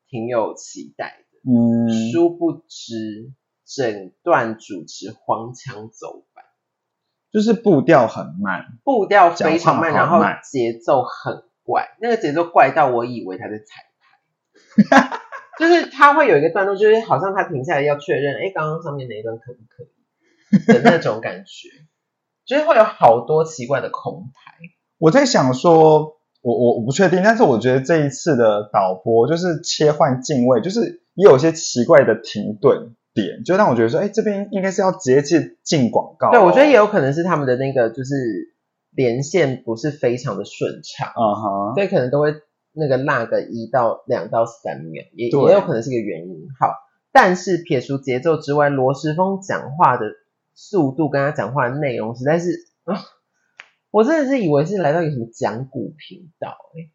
Speaker 2: 挺有期待的。
Speaker 1: 嗯，
Speaker 2: 殊不知整段主持黄腔走板，
Speaker 1: 就是步调很慢，
Speaker 2: 步调非常慢，
Speaker 1: 讲
Speaker 2: 然
Speaker 1: 话好
Speaker 2: 后
Speaker 1: 慢
Speaker 2: 节奏很怪，那个节奏怪到我以为他在彩 排，就是他会有一个段落，就是好像他停下来要确认，哎，刚刚上面哪一段可不可以的那种感觉，就是会有好多奇怪的空拍。
Speaker 1: 我在想说，我我我不确定，但是我觉得这一次的导播就是切换镜位，就是也有些奇怪的停顿点，就让我觉得说，哎，这边应该是要直接进进广告哦、
Speaker 2: 对，我觉得也有可能是他们的那个就是连线不是非常的顺畅，
Speaker 1: 嗯哼，
Speaker 2: 所以可能都会那个落个一到两到三秒，也
Speaker 1: 对
Speaker 2: 也有可能是一个原因。好，但是撇除节奏之外，罗时峰讲话的速度跟他讲话的内容实在是啊，我真的是以为是来到一个什么讲古频道、欸，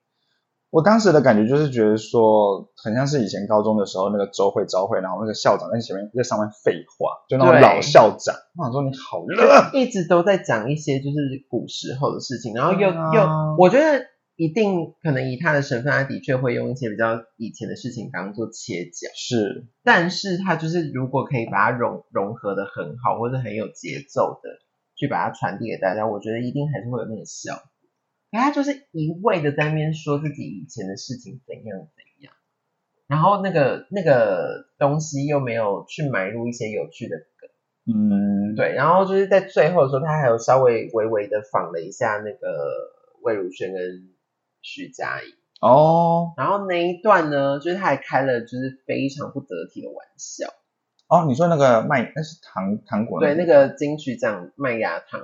Speaker 1: 我当时的感觉就是觉得说，很像是以前高中的时候那个周会招会，然后那个校长在前面在上面废话，就那种
Speaker 2: 对
Speaker 1: 老校长，我想说你好热，
Speaker 2: 欸一直都在讲一些就是古时候的事情，然后又、
Speaker 1: 对啊
Speaker 2: 又，我觉得一定可能以他的身份，他的确会用一些比较以前的事情当做切角。
Speaker 1: 是
Speaker 2: 但是它就是如果可以把它融融合的很好，或者很有节奏的去把它传递给大家，我觉得一定还是会有那个效果。可他就是一味的在那边说自己以前的事情怎样怎样，然后那个那个东西又没有去埋入一些有趣的梗，
Speaker 1: 嗯，
Speaker 2: 对，然后就是在最后的时候，他还有稍微微微的仿了一下那个魏如萱跟徐佳莹，
Speaker 1: 哦
Speaker 2: 然后那一段呢，就是他还开了就是非常不得体的玩笑。
Speaker 1: 哦，你说那个卖那是糖糖果
Speaker 2: 对，那个金曲奖麦芽糖、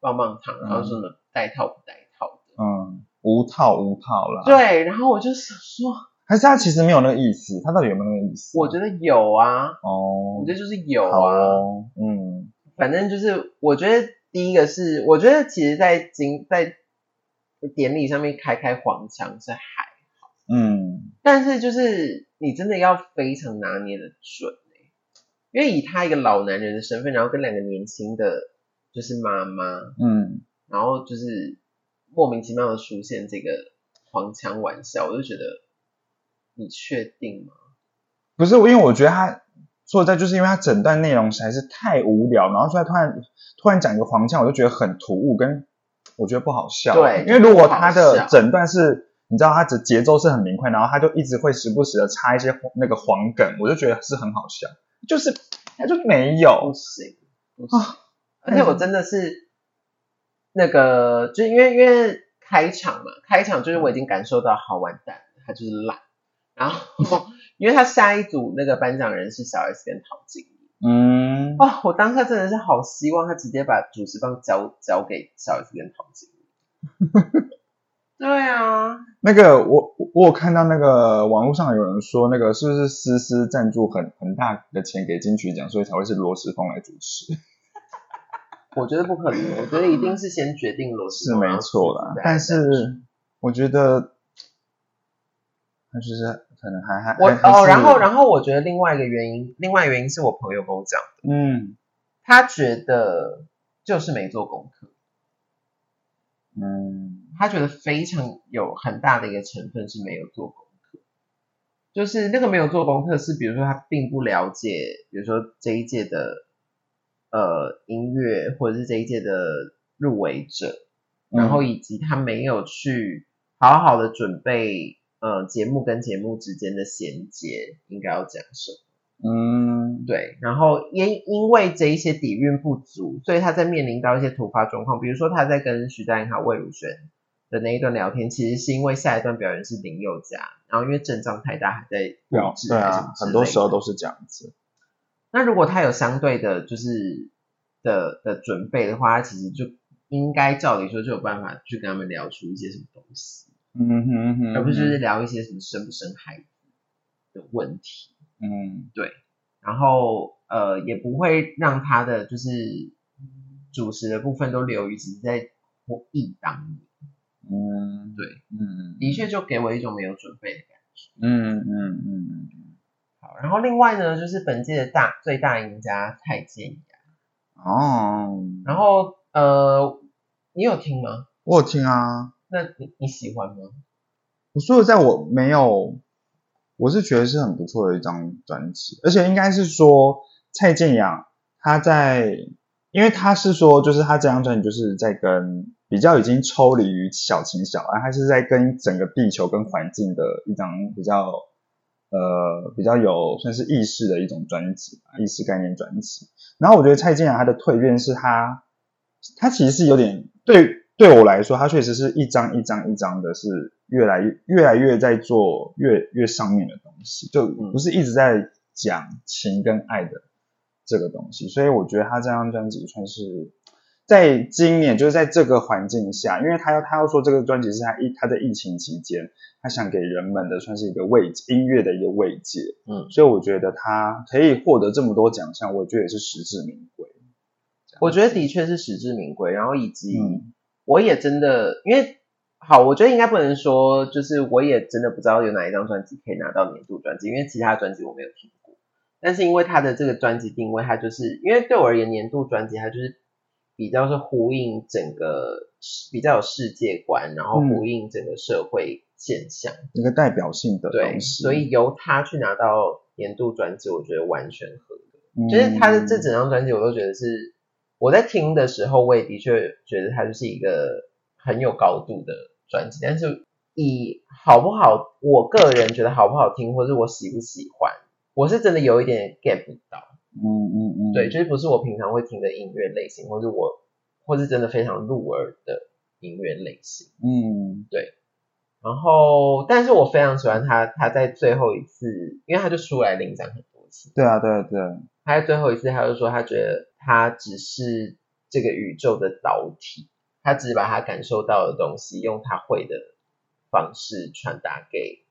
Speaker 2: 棒棒糖，然后说什么带套不带套的。
Speaker 1: 嗯无套无套啦，，
Speaker 2: 对，然后我就想说，
Speaker 1: 还是他其实没有那个意思，他到底有没有那个意思？
Speaker 2: 我觉得有啊，
Speaker 1: 哦
Speaker 2: 我觉，得就是有
Speaker 1: 好
Speaker 2: 啊。
Speaker 1: 哦，嗯
Speaker 2: 反正就是，我觉得第一个是，我觉得其实在金在典礼上面开开黄腔是还，
Speaker 1: 嗯，
Speaker 2: 但是就是你真的要非常拿捏的准、欸、因为以他一个老男人的身份，然后跟两个年轻的，就是妈妈，
Speaker 1: 嗯，
Speaker 2: 然后就是莫名其妙的出现这个黄腔玩笑，我就觉得你确定吗？
Speaker 1: 不是，因为我觉得他说实在，就是因为他整段内容实在是太无聊，然后所以他突然突然讲一个黄腔，我就觉得很突兀，跟我觉得不好笑。
Speaker 2: 对
Speaker 1: 因为如果他
Speaker 2: 不好笑
Speaker 1: 的整段是，你知道他的节奏是很明快，然后他就一直会时不时的插一些黄那个黄梗，我就觉得是很好笑。就是他就没
Speaker 2: 不
Speaker 1: 有，
Speaker 2: 行
Speaker 1: 啊
Speaker 2: 而且我真的是那个，就是因为因为开场嘛，开场就是我已经感受到好完蛋了，他就是烂。然后因为他下一组那个颁奖人是小 S 跟陶晶莹。
Speaker 1: 嗯，
Speaker 2: 哦，我当下真的是好希望他直接把主持棒交交给小 S 跟陶晶莹。对啊，
Speaker 1: 那个我我我有看到那个网络上有人说，那个是不是思思赞助很很大的钱给金曲奖，所以才会是罗时峰来主持？
Speaker 2: 我觉得不可能，我觉得一定是先决定罗斯
Speaker 1: 是没错啦
Speaker 2: 了，，
Speaker 1: 但是我觉得他就是可能还还
Speaker 2: 我
Speaker 1: 还还
Speaker 2: 哦，
Speaker 1: 是
Speaker 2: 然后然后我觉得另外一个原因，另外一个原因是我朋友跟我讲，
Speaker 1: 嗯
Speaker 2: 他觉得就是没做功课，
Speaker 1: 嗯
Speaker 2: 他觉得非常有很大的一个成分是没有做功课，就是那个没有做功课是比如说他并不了解，比如说这一届的呃音乐或者是这一届的入围者，然后
Speaker 1: 嗯
Speaker 2: 以及他没有去好好的准备，呃，节目跟节目之间的衔接应该要讲什么？
Speaker 1: 嗯
Speaker 2: 对，然后也因为这一些底蕴不足，所以他在面临到一些突发状况，比如说他在跟徐佳莹还有魏如萱的那一段聊天，其实是因为下一段表演是林宥嘉，然后因为阵仗太大还在
Speaker 1: 对
Speaker 2: 录
Speaker 1: 啊
Speaker 2: 制
Speaker 1: 对
Speaker 2: 还是什
Speaker 1: 啊
Speaker 2: 么，之
Speaker 1: 很多
Speaker 2: 类
Speaker 1: 时候
Speaker 2: 的
Speaker 1: 都是这样子，
Speaker 2: 那如果他有相对的，就是的的准备的话，他其实就应该照理说就有办法去跟他们聊出一些什么东西。
Speaker 1: 嗯哼哼，
Speaker 2: 而不是就是聊一些什么生不生孩子的问题，
Speaker 1: 嗯
Speaker 2: 然后呃也不会让他的就是主食的部分都流于只是在我一当里，
Speaker 1: 嗯
Speaker 2: 对
Speaker 1: 嗯
Speaker 2: 的确就给我一种没有准备的感
Speaker 1: 嗯嗯嗯嗯
Speaker 2: 觉。好，然后另外呢就是本届的大最大赢家蔡健雅，
Speaker 1: 哦，
Speaker 2: 然后呃你有听吗？
Speaker 1: 我有听啊，
Speaker 2: 那你你喜欢吗？
Speaker 1: 我说实在，我没有，我是觉得是很不错的一张专辑，而且应该是说蔡健雅她在，因为她是说，就是她这张专辑就是在跟比较已经抽离于小情小爱，她是在跟整个地球跟环境的一张比较呃比较有算是意识的一种专辑吧，意识概念专辑。然后我觉得蔡健雅她的蜕变是她，她其实是有点对对我来说，她确实是一张一张一张的是越来越越来越在做越越上面的东西，就不是一直在讲情跟爱的这个东西。所以我觉得她这张专辑算是在今年就是在这个环境下，因为她要她要说这个专辑是她疫她在疫情期间，她想给人们的算是一个慰藉音乐的一个慰藉。
Speaker 2: 嗯，
Speaker 1: 所以我觉得他可以获得这么多奖项，我觉得也是实至名归。
Speaker 2: 我觉得的确是实至名归，然后以及
Speaker 1: 嗯
Speaker 2: 我也真的，因为好，我觉得应该不能说，就是我也真的不知道有哪一张专辑可以拿到年度专辑，因为其他的专辑我没有听过。但是因为它的这个专辑定位，它就是因为对我而言，年度专辑它就是比较是呼应整个比较有世界观，然后呼应整个社会现象，
Speaker 1: 一个代表性的
Speaker 2: 对，
Speaker 1: 东西，
Speaker 2: 所以由他去拿到年度专辑，我觉得完全合理。
Speaker 1: 嗯
Speaker 2: 就是他的这整张专辑，我都觉得是我在听的时候，我也的确觉得它就是一个很有高度的专辑。但是以好不好，我个人觉得好不好听，或者我喜不喜欢，我是真的有一点 get 不到。
Speaker 1: 嗯嗯嗯，
Speaker 2: 对，就是不是我平常会听的音乐类型，或是我或是真的非常入耳的音乐类型。
Speaker 1: 嗯
Speaker 2: 然后，但是我非常喜欢他，他在最后一次，因为他就出来领奖很多次，
Speaker 1: 对啊对啊对啊，
Speaker 2: 他在最后一次，他就说他觉得他只是这个宇宙的导体，他只是把他感受到的东西用他会的方式传达给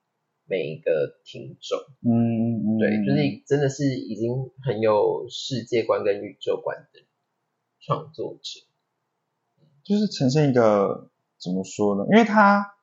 Speaker 2: 每一个听众。
Speaker 1: 嗯嗯嗯，
Speaker 2: 对，就是真的是已经很有世界观跟宇宙观的创作者。
Speaker 1: 就是呈现一个怎么说呢？因为他，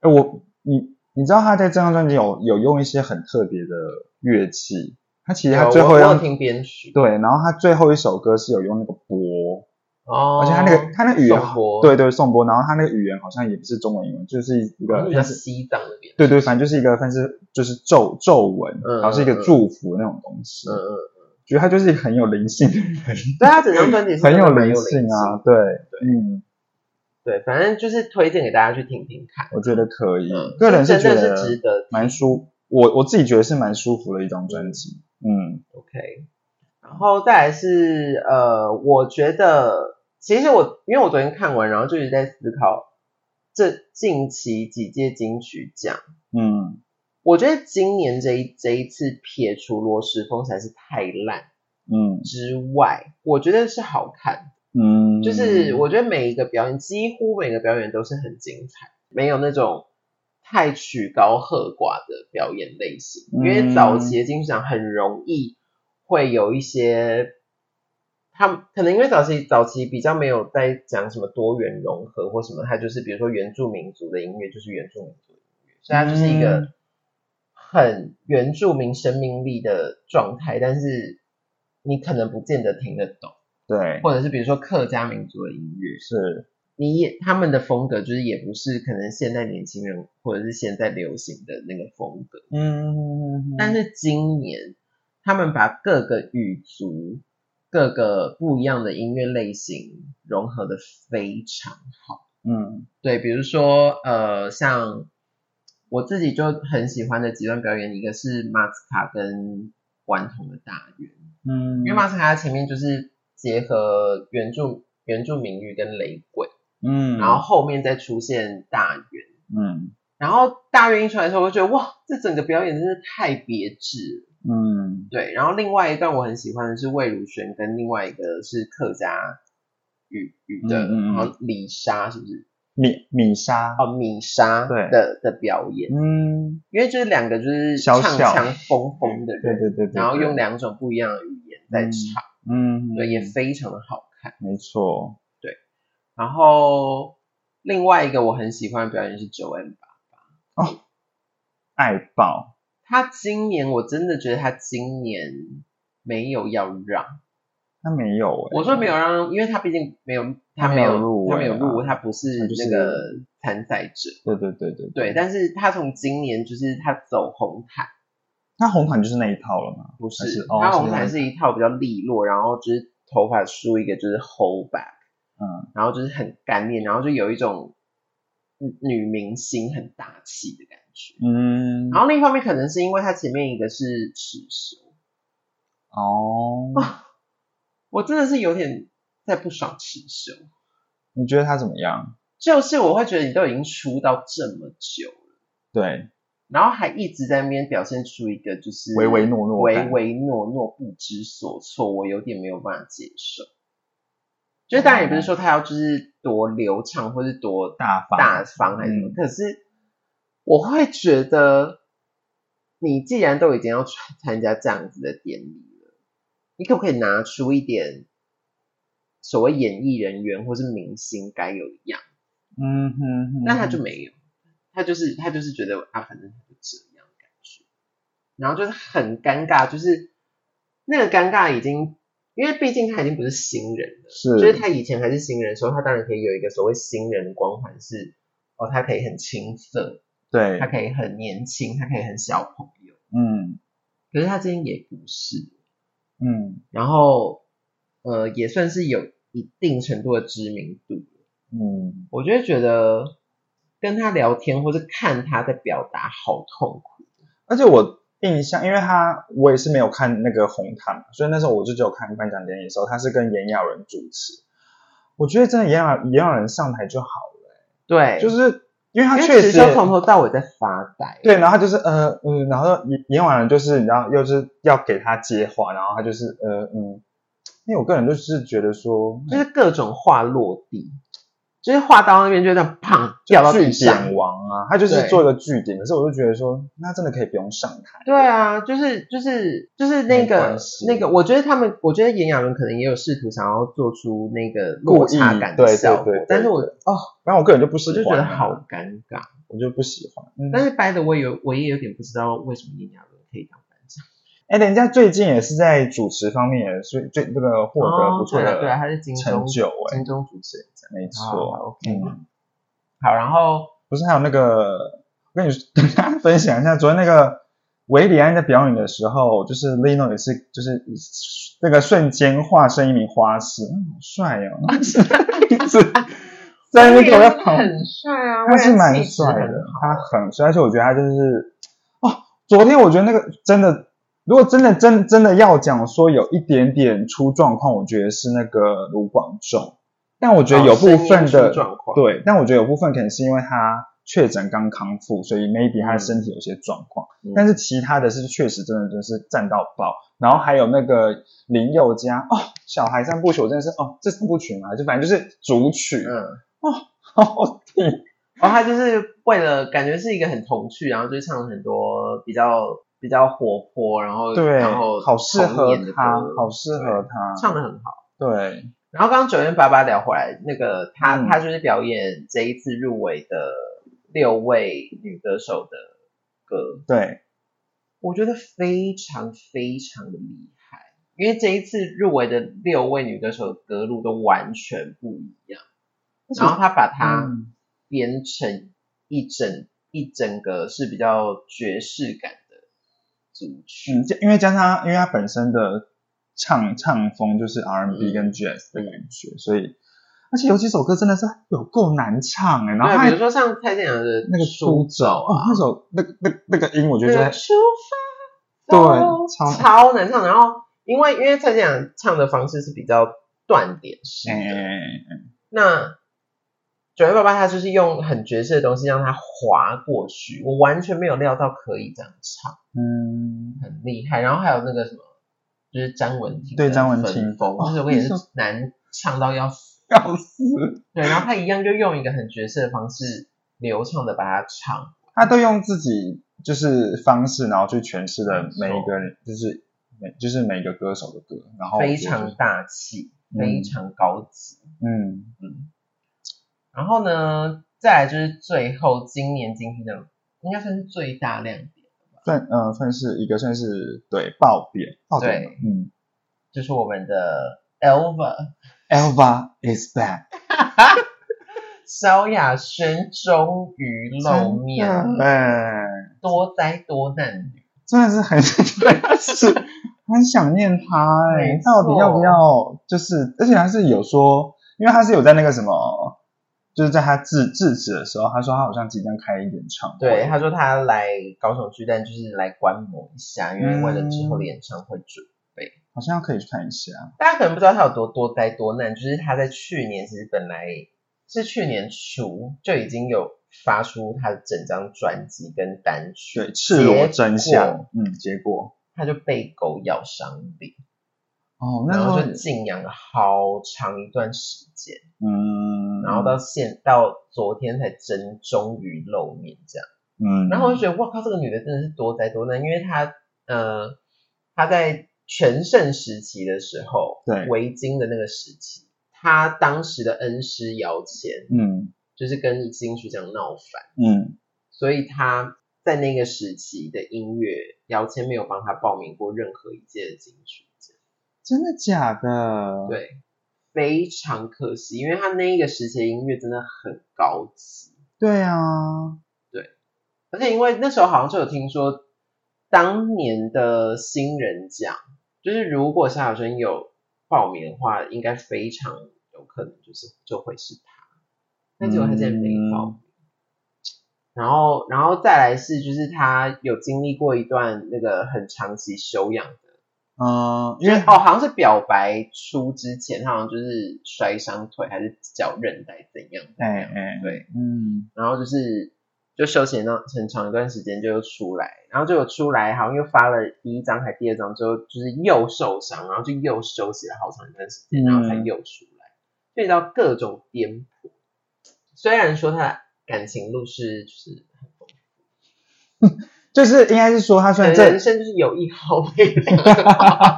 Speaker 1: 哎我你你知道他在这张专辑有有用一些很特别的乐器，他其实他
Speaker 2: 有
Speaker 1: 最
Speaker 2: 哦我
Speaker 1: 后
Speaker 2: 我
Speaker 1: 一
Speaker 2: 有
Speaker 1: 张
Speaker 2: 听编曲，
Speaker 1: 对，然后他最后一首歌是有用那个波，
Speaker 2: 哦，
Speaker 1: 而且他那个他那语言好
Speaker 2: 宋波，
Speaker 1: 对对颂钵，然后他那个语言好像也不是中文英文，就是一
Speaker 2: 好像
Speaker 1: 个
Speaker 2: 比较
Speaker 1: 像是
Speaker 2: 西藏那边。
Speaker 1: 对对，反正就是一个，但是就是咒咒文，
Speaker 2: 嗯
Speaker 1: 然后是一个祝福那种东西。
Speaker 2: 嗯嗯，
Speaker 1: 觉得他就是一个很有灵性的人，
Speaker 2: 对他整张专辑是
Speaker 1: 很
Speaker 2: 真的蛮
Speaker 1: 灵性啊。对，嗯，
Speaker 2: 对，反正就是推荐给大家去听听看。
Speaker 1: 我觉得可以，
Speaker 2: 嗯
Speaker 1: 个人
Speaker 2: 真
Speaker 1: 觉
Speaker 2: 的
Speaker 1: 得
Speaker 2: 是值得
Speaker 1: 蛮舒，我我自己觉得是蛮舒服的一张专辑。嗯
Speaker 2: OK，然后再来是呃，我觉得其实我因为我昨天看完，然后就一直在思考这近期几届金曲奖，
Speaker 1: 嗯
Speaker 2: 我觉得今年这一这一次撇除罗时丰才是太烂
Speaker 1: 嗯
Speaker 2: 之外，我觉得是好看，
Speaker 1: 嗯，
Speaker 2: 就是我觉得每一个表演几乎每个表演都是很精彩，没有那种。太曲高和寡的表演类型，因
Speaker 1: 嗯
Speaker 2: 为早期的金曲奖很容易会有一些，他们可能因为早期早期比较没有在讲什么多元融合或什么，它就是比如说原住民族的音乐就是原住民族的音乐，所以它就是一个
Speaker 1: 嗯
Speaker 2: 很原住民生命力的状态，但是你可能不见得听得懂，
Speaker 1: 对
Speaker 2: 或者是比如说客家民族的音乐，
Speaker 1: 是
Speaker 2: 你也他们的风格就是也不是可能现在年轻人或者是现在流行的那个风格，
Speaker 1: 嗯，
Speaker 2: 但是今年他们把各个语族、各个不一样的音乐类型融合的非常好。
Speaker 1: 嗯
Speaker 2: 对，比如说呃，像我自己就很喜欢的几段表演，一个是马斯卡跟顽童的大圆，
Speaker 1: 嗯，
Speaker 2: 因为马斯卡前面就是结合原住原住民语跟雷鬼，
Speaker 1: 嗯，
Speaker 2: 然后后面再出现大圆。
Speaker 1: 嗯
Speaker 2: 然后大圆一出来的时候，我就觉得哇，这整个表演真是太别致了。
Speaker 1: 嗯
Speaker 2: 对，然后另外一段我很喜欢的是魏如萱跟另外一个是客家语语的，
Speaker 1: 嗯嗯嗯
Speaker 2: 然后李莎是不是？
Speaker 1: 米米莎，
Speaker 2: 哦，米莎
Speaker 1: 对
Speaker 2: 的的表演，
Speaker 1: 嗯，
Speaker 2: 因为就是两个就是
Speaker 1: 小
Speaker 2: 唱
Speaker 1: 小
Speaker 2: 腔疯疯的
Speaker 1: 对
Speaker 2: 人，
Speaker 1: 对对对，
Speaker 2: 然后
Speaker 1: 对
Speaker 2: 用两种不一样的语言在
Speaker 1: 嗯
Speaker 2: 唱，
Speaker 1: 嗯，
Speaker 2: 对，也非常的好看。
Speaker 1: 没错，
Speaker 2: 然后另外一个我很喜欢的表演是九 M 吧，
Speaker 1: 爱爆，
Speaker 2: 他今年我真的觉得他今年没有要让。
Speaker 1: 他没有哎、
Speaker 2: 我说没有让，因为他毕竟没有，他没
Speaker 1: 他没有
Speaker 2: 有
Speaker 1: 入围
Speaker 2: 他
Speaker 1: 啊
Speaker 2: 没有入，他不是
Speaker 1: 他就是
Speaker 2: 那个参赛者。
Speaker 1: 对对对对
Speaker 2: 对，但是他从今年就是他走红毯，
Speaker 1: 那红毯就是那一套了吗？
Speaker 2: 不
Speaker 1: 还
Speaker 2: 是
Speaker 1: 是，哦
Speaker 2: 它红毯
Speaker 1: 是
Speaker 2: 是一套比较利落，然后就是头发梳一个就是 hold back，
Speaker 1: 嗯，
Speaker 2: 然后就是很干练，然后就有一种女女明星很大气的感觉。
Speaker 1: 嗯，
Speaker 2: 然后另一方面可能是因为它前面一个是刺绣，
Speaker 1: 哦，
Speaker 2: 我真的是有点在不爽刺绣，
Speaker 1: 你觉得他怎么样？
Speaker 2: 就是我会觉得你都已经出道这么久了，
Speaker 1: 对，
Speaker 2: 然后还一直在那边表现出一个就是
Speaker 1: 唯唯诺诺
Speaker 2: 唯
Speaker 1: 感，
Speaker 2: 唯诺诺不知所措，我有点没有办法接受。
Speaker 1: 哦
Speaker 2: 就是当然也不是说他要就是多流畅或是多
Speaker 1: 大方
Speaker 2: 大方还是什么，
Speaker 1: 嗯
Speaker 2: 可是我会觉得，你既然都已经要参参加这样子的典礼了，你可不可以拿出一点所谓演艺人员或是明星该有的样子？
Speaker 1: 嗯哼哼，
Speaker 2: 那他就没有，他就是他就是觉得啊，反正他就这样的感觉，然后就是很尴尬，就是那个尴尬已经，因为毕竟他已经不是新人了，
Speaker 1: 是
Speaker 2: 就是他以前还是新人的时候，他当然可以有一个所谓新人的光环是，哦，他可以很青涩，
Speaker 1: 对
Speaker 2: 他，可以很年轻，他可以很小朋友，
Speaker 1: 嗯
Speaker 2: 可是他今天也不是，
Speaker 1: 嗯
Speaker 2: 然后呃也算是有一定程度的知名度了
Speaker 1: 嗯，
Speaker 2: 我就会觉得跟他聊天或是看他的表达好痛苦。
Speaker 1: 而且我印象，因为他我也是没有看那个红毯嘛，所以那时候我就只有看颁奖典礼的时候，他是跟炎亚纶主持。我觉得真的炎亚炎亚纶上台就好了，
Speaker 2: 对，
Speaker 1: 就是因为他
Speaker 2: 因为
Speaker 1: 确
Speaker 2: 池
Speaker 1: 实
Speaker 2: 修从头到尾在发呆。
Speaker 1: 对，然后他就是呃嗯，然后炎炎亚纶就是你知道，又是要给他接话，然后他就是呃嗯，因为我个人就是觉得说，
Speaker 2: 就是各种话落地，就是话到那边就这样砰掉到
Speaker 1: 据
Speaker 2: 地上
Speaker 1: 点。王啊，他就是
Speaker 2: 对
Speaker 1: 做一个据点，可是我就觉得说，那真的可以不用上台。
Speaker 2: 对啊，就是就是就是那
Speaker 1: 没
Speaker 2: 个
Speaker 1: 关系
Speaker 2: 那个，我觉得他们，我觉得炎亚纶可能也有试图想要做出那个
Speaker 1: 故
Speaker 2: 落差
Speaker 1: 意
Speaker 2: 感
Speaker 1: 对
Speaker 2: 的
Speaker 1: 对
Speaker 2: 效果，
Speaker 1: 对对
Speaker 2: 但是我哦，
Speaker 1: 然后我个人就不喜
Speaker 2: 我就
Speaker 1: 欢，啊
Speaker 2: 觉得好，尴尬。
Speaker 1: 我就不喜欢。嗯，
Speaker 2: 但是掰的我有我也有点不知道为什么炎亚纶可以当班长。
Speaker 1: 哎，人家最近也是在主持方面也是最这个获得不错
Speaker 2: 哦对
Speaker 1: 的
Speaker 2: 啊对啊他是金钟
Speaker 1: 成就哎、
Speaker 2: 金钟主持人奖。
Speaker 1: 没
Speaker 2: 好
Speaker 1: 错。
Speaker 2: ，OK
Speaker 1: 嗯，
Speaker 2: 好，然后
Speaker 1: 不是还有那个，我跟你 跟大家分享一下，昨天那个维里安在表演的时候，就是 Lino 也是就是那个瞬间化身一名花痴，嗯好帅哦， 一直 在那边给我在旁边
Speaker 2: 很帅啊，
Speaker 1: 他是蛮
Speaker 2: 气质
Speaker 1: 帅
Speaker 2: 很
Speaker 1: 的，他很帅，而且我觉得他就是，哦，昨天我觉得那个真的，如果真的真真的要讲说有一点点出状况，我觉得是那个卢广仲，但我觉得有部分
Speaker 2: 哦声音
Speaker 1: 的、
Speaker 2: 出状况
Speaker 1: 对，但我觉得有部分可能是因为他确诊刚康复，所以 maybe 他的身体有些状况，
Speaker 2: 嗯
Speaker 1: 但是其他的是确实真的就是赞到爆，然后还有那个林宥嘉哦，小孩三部曲我真的是哦，这三部曲嘛，就反正就是主曲，
Speaker 2: 嗯，
Speaker 1: 哦，
Speaker 2: 然后他就是为了感觉是一个很童趣，然后就唱很多比较比较活泼，然后
Speaker 1: 对，
Speaker 2: 然后
Speaker 1: 好适
Speaker 2: 童
Speaker 1: 合
Speaker 2: 年的歌
Speaker 1: 他，好适合他，
Speaker 2: 唱的很好。
Speaker 1: 对，
Speaker 2: 然后刚刚九零八八聊回来，那个他、
Speaker 1: 嗯
Speaker 2: 他就是表演这一次入围的六位女歌手的歌，
Speaker 1: 对，
Speaker 2: 我觉得非常非常的厉害，因为这一次入围的六位女歌手的歌路都完全不一样，然后他把它。
Speaker 1: 嗯
Speaker 2: 编成一整一整个是比较爵士感的组曲。
Speaker 1: 嗯，加因为加上他，因为他本身的唱唱风就是 R&B
Speaker 2: 嗯
Speaker 1: 跟 Jazz 的感觉，所以而且有几首歌真的是有够难唱哎，然后
Speaker 2: 对，
Speaker 1: 他
Speaker 2: 比如说像蔡健雅的
Speaker 1: 那个
Speaker 2: 出
Speaker 1: 出
Speaker 2: 走
Speaker 1: 走哦
Speaker 2: 啊，，
Speaker 1: 那首那个那个那个音，我觉
Speaker 2: 那
Speaker 1: 得
Speaker 2: 个
Speaker 1: 就
Speaker 2: 出发走
Speaker 1: 对超
Speaker 2: 超难唱。然后因为因为蔡健雅唱的方式是比较断点式
Speaker 1: 是哎哎
Speaker 2: 的，
Speaker 1: 哎
Speaker 2: 那九月爸爸他就是用很爵士的东西让它滑过去，我完全没有料到可以这样唱，
Speaker 1: 嗯，
Speaker 2: 很厉害。然后还有那个什么。就是张文婷的
Speaker 1: 对
Speaker 2: 分，
Speaker 1: 张文婷
Speaker 2: 风，
Speaker 1: 哦
Speaker 2: 那首歌也是难唱到要死。
Speaker 1: 要死，
Speaker 2: 对，然后他一样就用一个很角色的方式，流畅的把它唱。
Speaker 1: 他都用自己就是方式，然后去诠释了每一个人，就是每就是每个歌手的歌，然后我觉
Speaker 2: 非
Speaker 1: 得
Speaker 2: 常大气，
Speaker 1: 哦嗯
Speaker 2: 非常高级。
Speaker 1: 嗯。
Speaker 2: 然后呢，再来就是最后今年今天的，应该算是最大亮点，
Speaker 1: 算呃算是一个算是对爆点，爆点
Speaker 2: 对，
Speaker 1: 嗯
Speaker 2: 就是我们的 Elva
Speaker 1: ，Elva is back，
Speaker 2: 萧亚轩终于露面，
Speaker 1: 哎，
Speaker 2: 多灾多难女，
Speaker 1: 真的是很 真的是很想念他哎、
Speaker 2: 没
Speaker 1: 到底要不
Speaker 2: 错
Speaker 1: 要？就是而且他是有说，因为他是有在那个什么，就是在他致致辞的时候，他说他好像即将开演唱会，
Speaker 2: 对，他说他来高雄巨蛋就是来观摩一下，因为为了之后的演唱会准。
Speaker 1: 好像可以去看一下。
Speaker 2: 大家可能不知道他有多多灾多难，就是他在去年其实本来是去年初就已经有发出他的整张专辑跟单曲，
Speaker 1: 对，赤裸真
Speaker 2: 结
Speaker 1: 相
Speaker 2: 果，
Speaker 1: 嗯，结果
Speaker 2: 他就被狗咬伤脸，
Speaker 1: 哦，那时
Speaker 2: 然
Speaker 1: 候
Speaker 2: 后就静养了好长一段时间，
Speaker 1: 嗯，
Speaker 2: 然后到现到昨天才真终于露面这样。
Speaker 1: 嗯，
Speaker 2: 然后我就觉得，哇靠，这个女的真的是多灾多难，因为她呃，她在全盛时期的时候，
Speaker 1: 对
Speaker 2: 维京的那个时期，她当时的恩师姚谦
Speaker 1: 嗯
Speaker 2: 就是跟金曲奖闹翻，
Speaker 1: 嗯
Speaker 2: 所以她在那个时期的音乐，姚谦没有帮她报名过任何一届的金曲奖，
Speaker 1: 真的假的？，
Speaker 2: 对，非常可惜，因为她那个时期的音乐真的很高级，
Speaker 1: 对啊，
Speaker 2: 而且因为那时候好像就有听说，当年的新人奖，就是如果夏小轩有报名的话，应该非常有可能就是就会是他，但结果他竟然没报名。然后，然后再来是，就是他有经历过一段那个很长期休养的，
Speaker 1: 嗯，因
Speaker 2: 因为
Speaker 1: 为
Speaker 2: 哦，好像是表白出之前，他好像就是摔伤腿还是脚韧带怎样怎
Speaker 1: 哎
Speaker 2: 样，
Speaker 1: 哎，
Speaker 2: 对，
Speaker 1: 嗯
Speaker 2: 然后就是就休息那很长一段时间就又出来，然后就有出来，好像又发了第一张还第二张之后，就是又受伤，然后就又休息了好长一段时间，
Speaker 1: 嗯
Speaker 2: 然后才又出来，所以到各种颠簸。虽然说他的感情路是就是
Speaker 1: 就是应该是说他虽然这
Speaker 2: 人生就是有一好没 两好，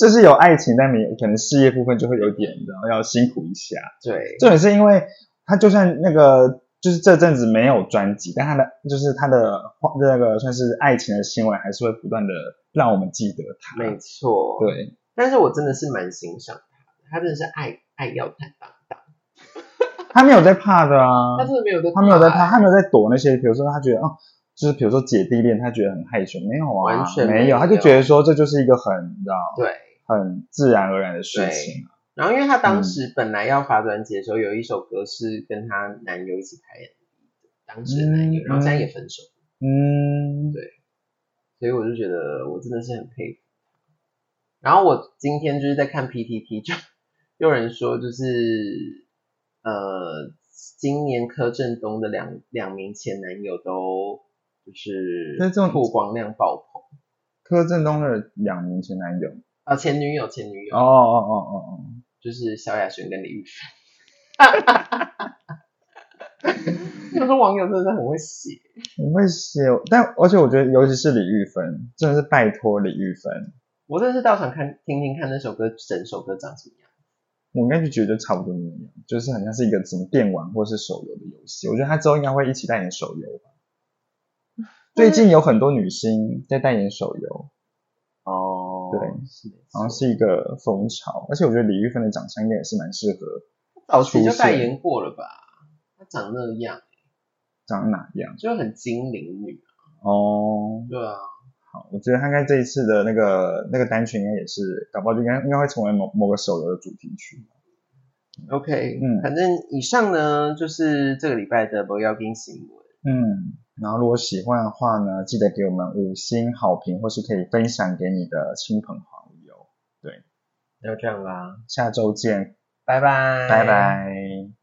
Speaker 1: 就是有爱情，但没可能事业部分就会有点，然后要辛苦一下。
Speaker 2: 对
Speaker 1: 重点是因为他就算那个就是这阵子没有专辑，但他的就是他的那个算是爱情的新闻，还是会不断的让我们记得他。
Speaker 2: 没错，
Speaker 1: 对，
Speaker 2: 但是我真的是蛮欣赏他的，他真的是爱爱要坦荡荡，
Speaker 1: 他没有在怕的啊，
Speaker 2: 他真的没有在
Speaker 1: 他没有在怕，
Speaker 2: 怕，
Speaker 1: 他没有在躲那些，比如说他觉得哦，就是比如说姐弟恋，他觉得很害羞，没有啊，
Speaker 2: 完全没有
Speaker 1: 没他就觉得说这就是一个很你知道
Speaker 2: 对。
Speaker 1: 很自然而然的事情啊。
Speaker 2: 然后，因为她
Speaker 1: 嗯
Speaker 2: 当时本来要发专辑的时候，有一首歌是跟她男友一起拍的，当时的男友，
Speaker 1: 嗯
Speaker 2: 然后现在也分手，
Speaker 1: 嗯，
Speaker 2: 对所以我就觉得我真的是很佩服。然后我今天就是在看 PTT，就有人说就是呃，今年柯震东的两两名前男友都就是
Speaker 1: 那这种
Speaker 2: 曝光量爆棚，
Speaker 1: 柯震东的两名前男友，
Speaker 2: 啊、前女友前女友、
Speaker 1: 哦哦哦哦哦，
Speaker 2: 就是萧亚轩跟李玉 芬。我说网友真的是很会写，
Speaker 1: 我会写，但而且我觉得尤其是李玉芬，真的是拜托李玉芬，
Speaker 2: 我真的是到场看听听看那首歌整首歌长什么样。
Speaker 1: 我应该就觉得差不多那样，就是很像是一个什么电玩或是手游的游戏，我觉得他之后应该会一起代言手游吧。最近有很多女星在代言手游，
Speaker 2: 哦
Speaker 1: 对，
Speaker 2: 是没
Speaker 1: 好像
Speaker 2: 错。
Speaker 1: 是一个风潮，而且我觉得李玉芬的长相应该也是蛮适合
Speaker 2: 早期
Speaker 1: 出
Speaker 2: 就
Speaker 1: 现
Speaker 2: 代言过了吧？她长那样，
Speaker 1: 长哪样
Speaker 2: 就很精灵女。
Speaker 1: 哦。
Speaker 2: 对啊，
Speaker 1: 好，我觉得他应该这一次的那个那个单曲应该也是，搞不好就应该应该会成为某某个手游的主题曲。
Speaker 2: OK，
Speaker 1: 嗯
Speaker 2: 反正以上呢就是这个礼拜的不要跟新闻。
Speaker 1: 嗯，然后如果喜欢的话呢，记得给我们五星好评，或是可以分享给你的亲朋好友。
Speaker 2: 那就这样啦，
Speaker 1: 下周见，
Speaker 2: 拜拜，
Speaker 1: 拜。拜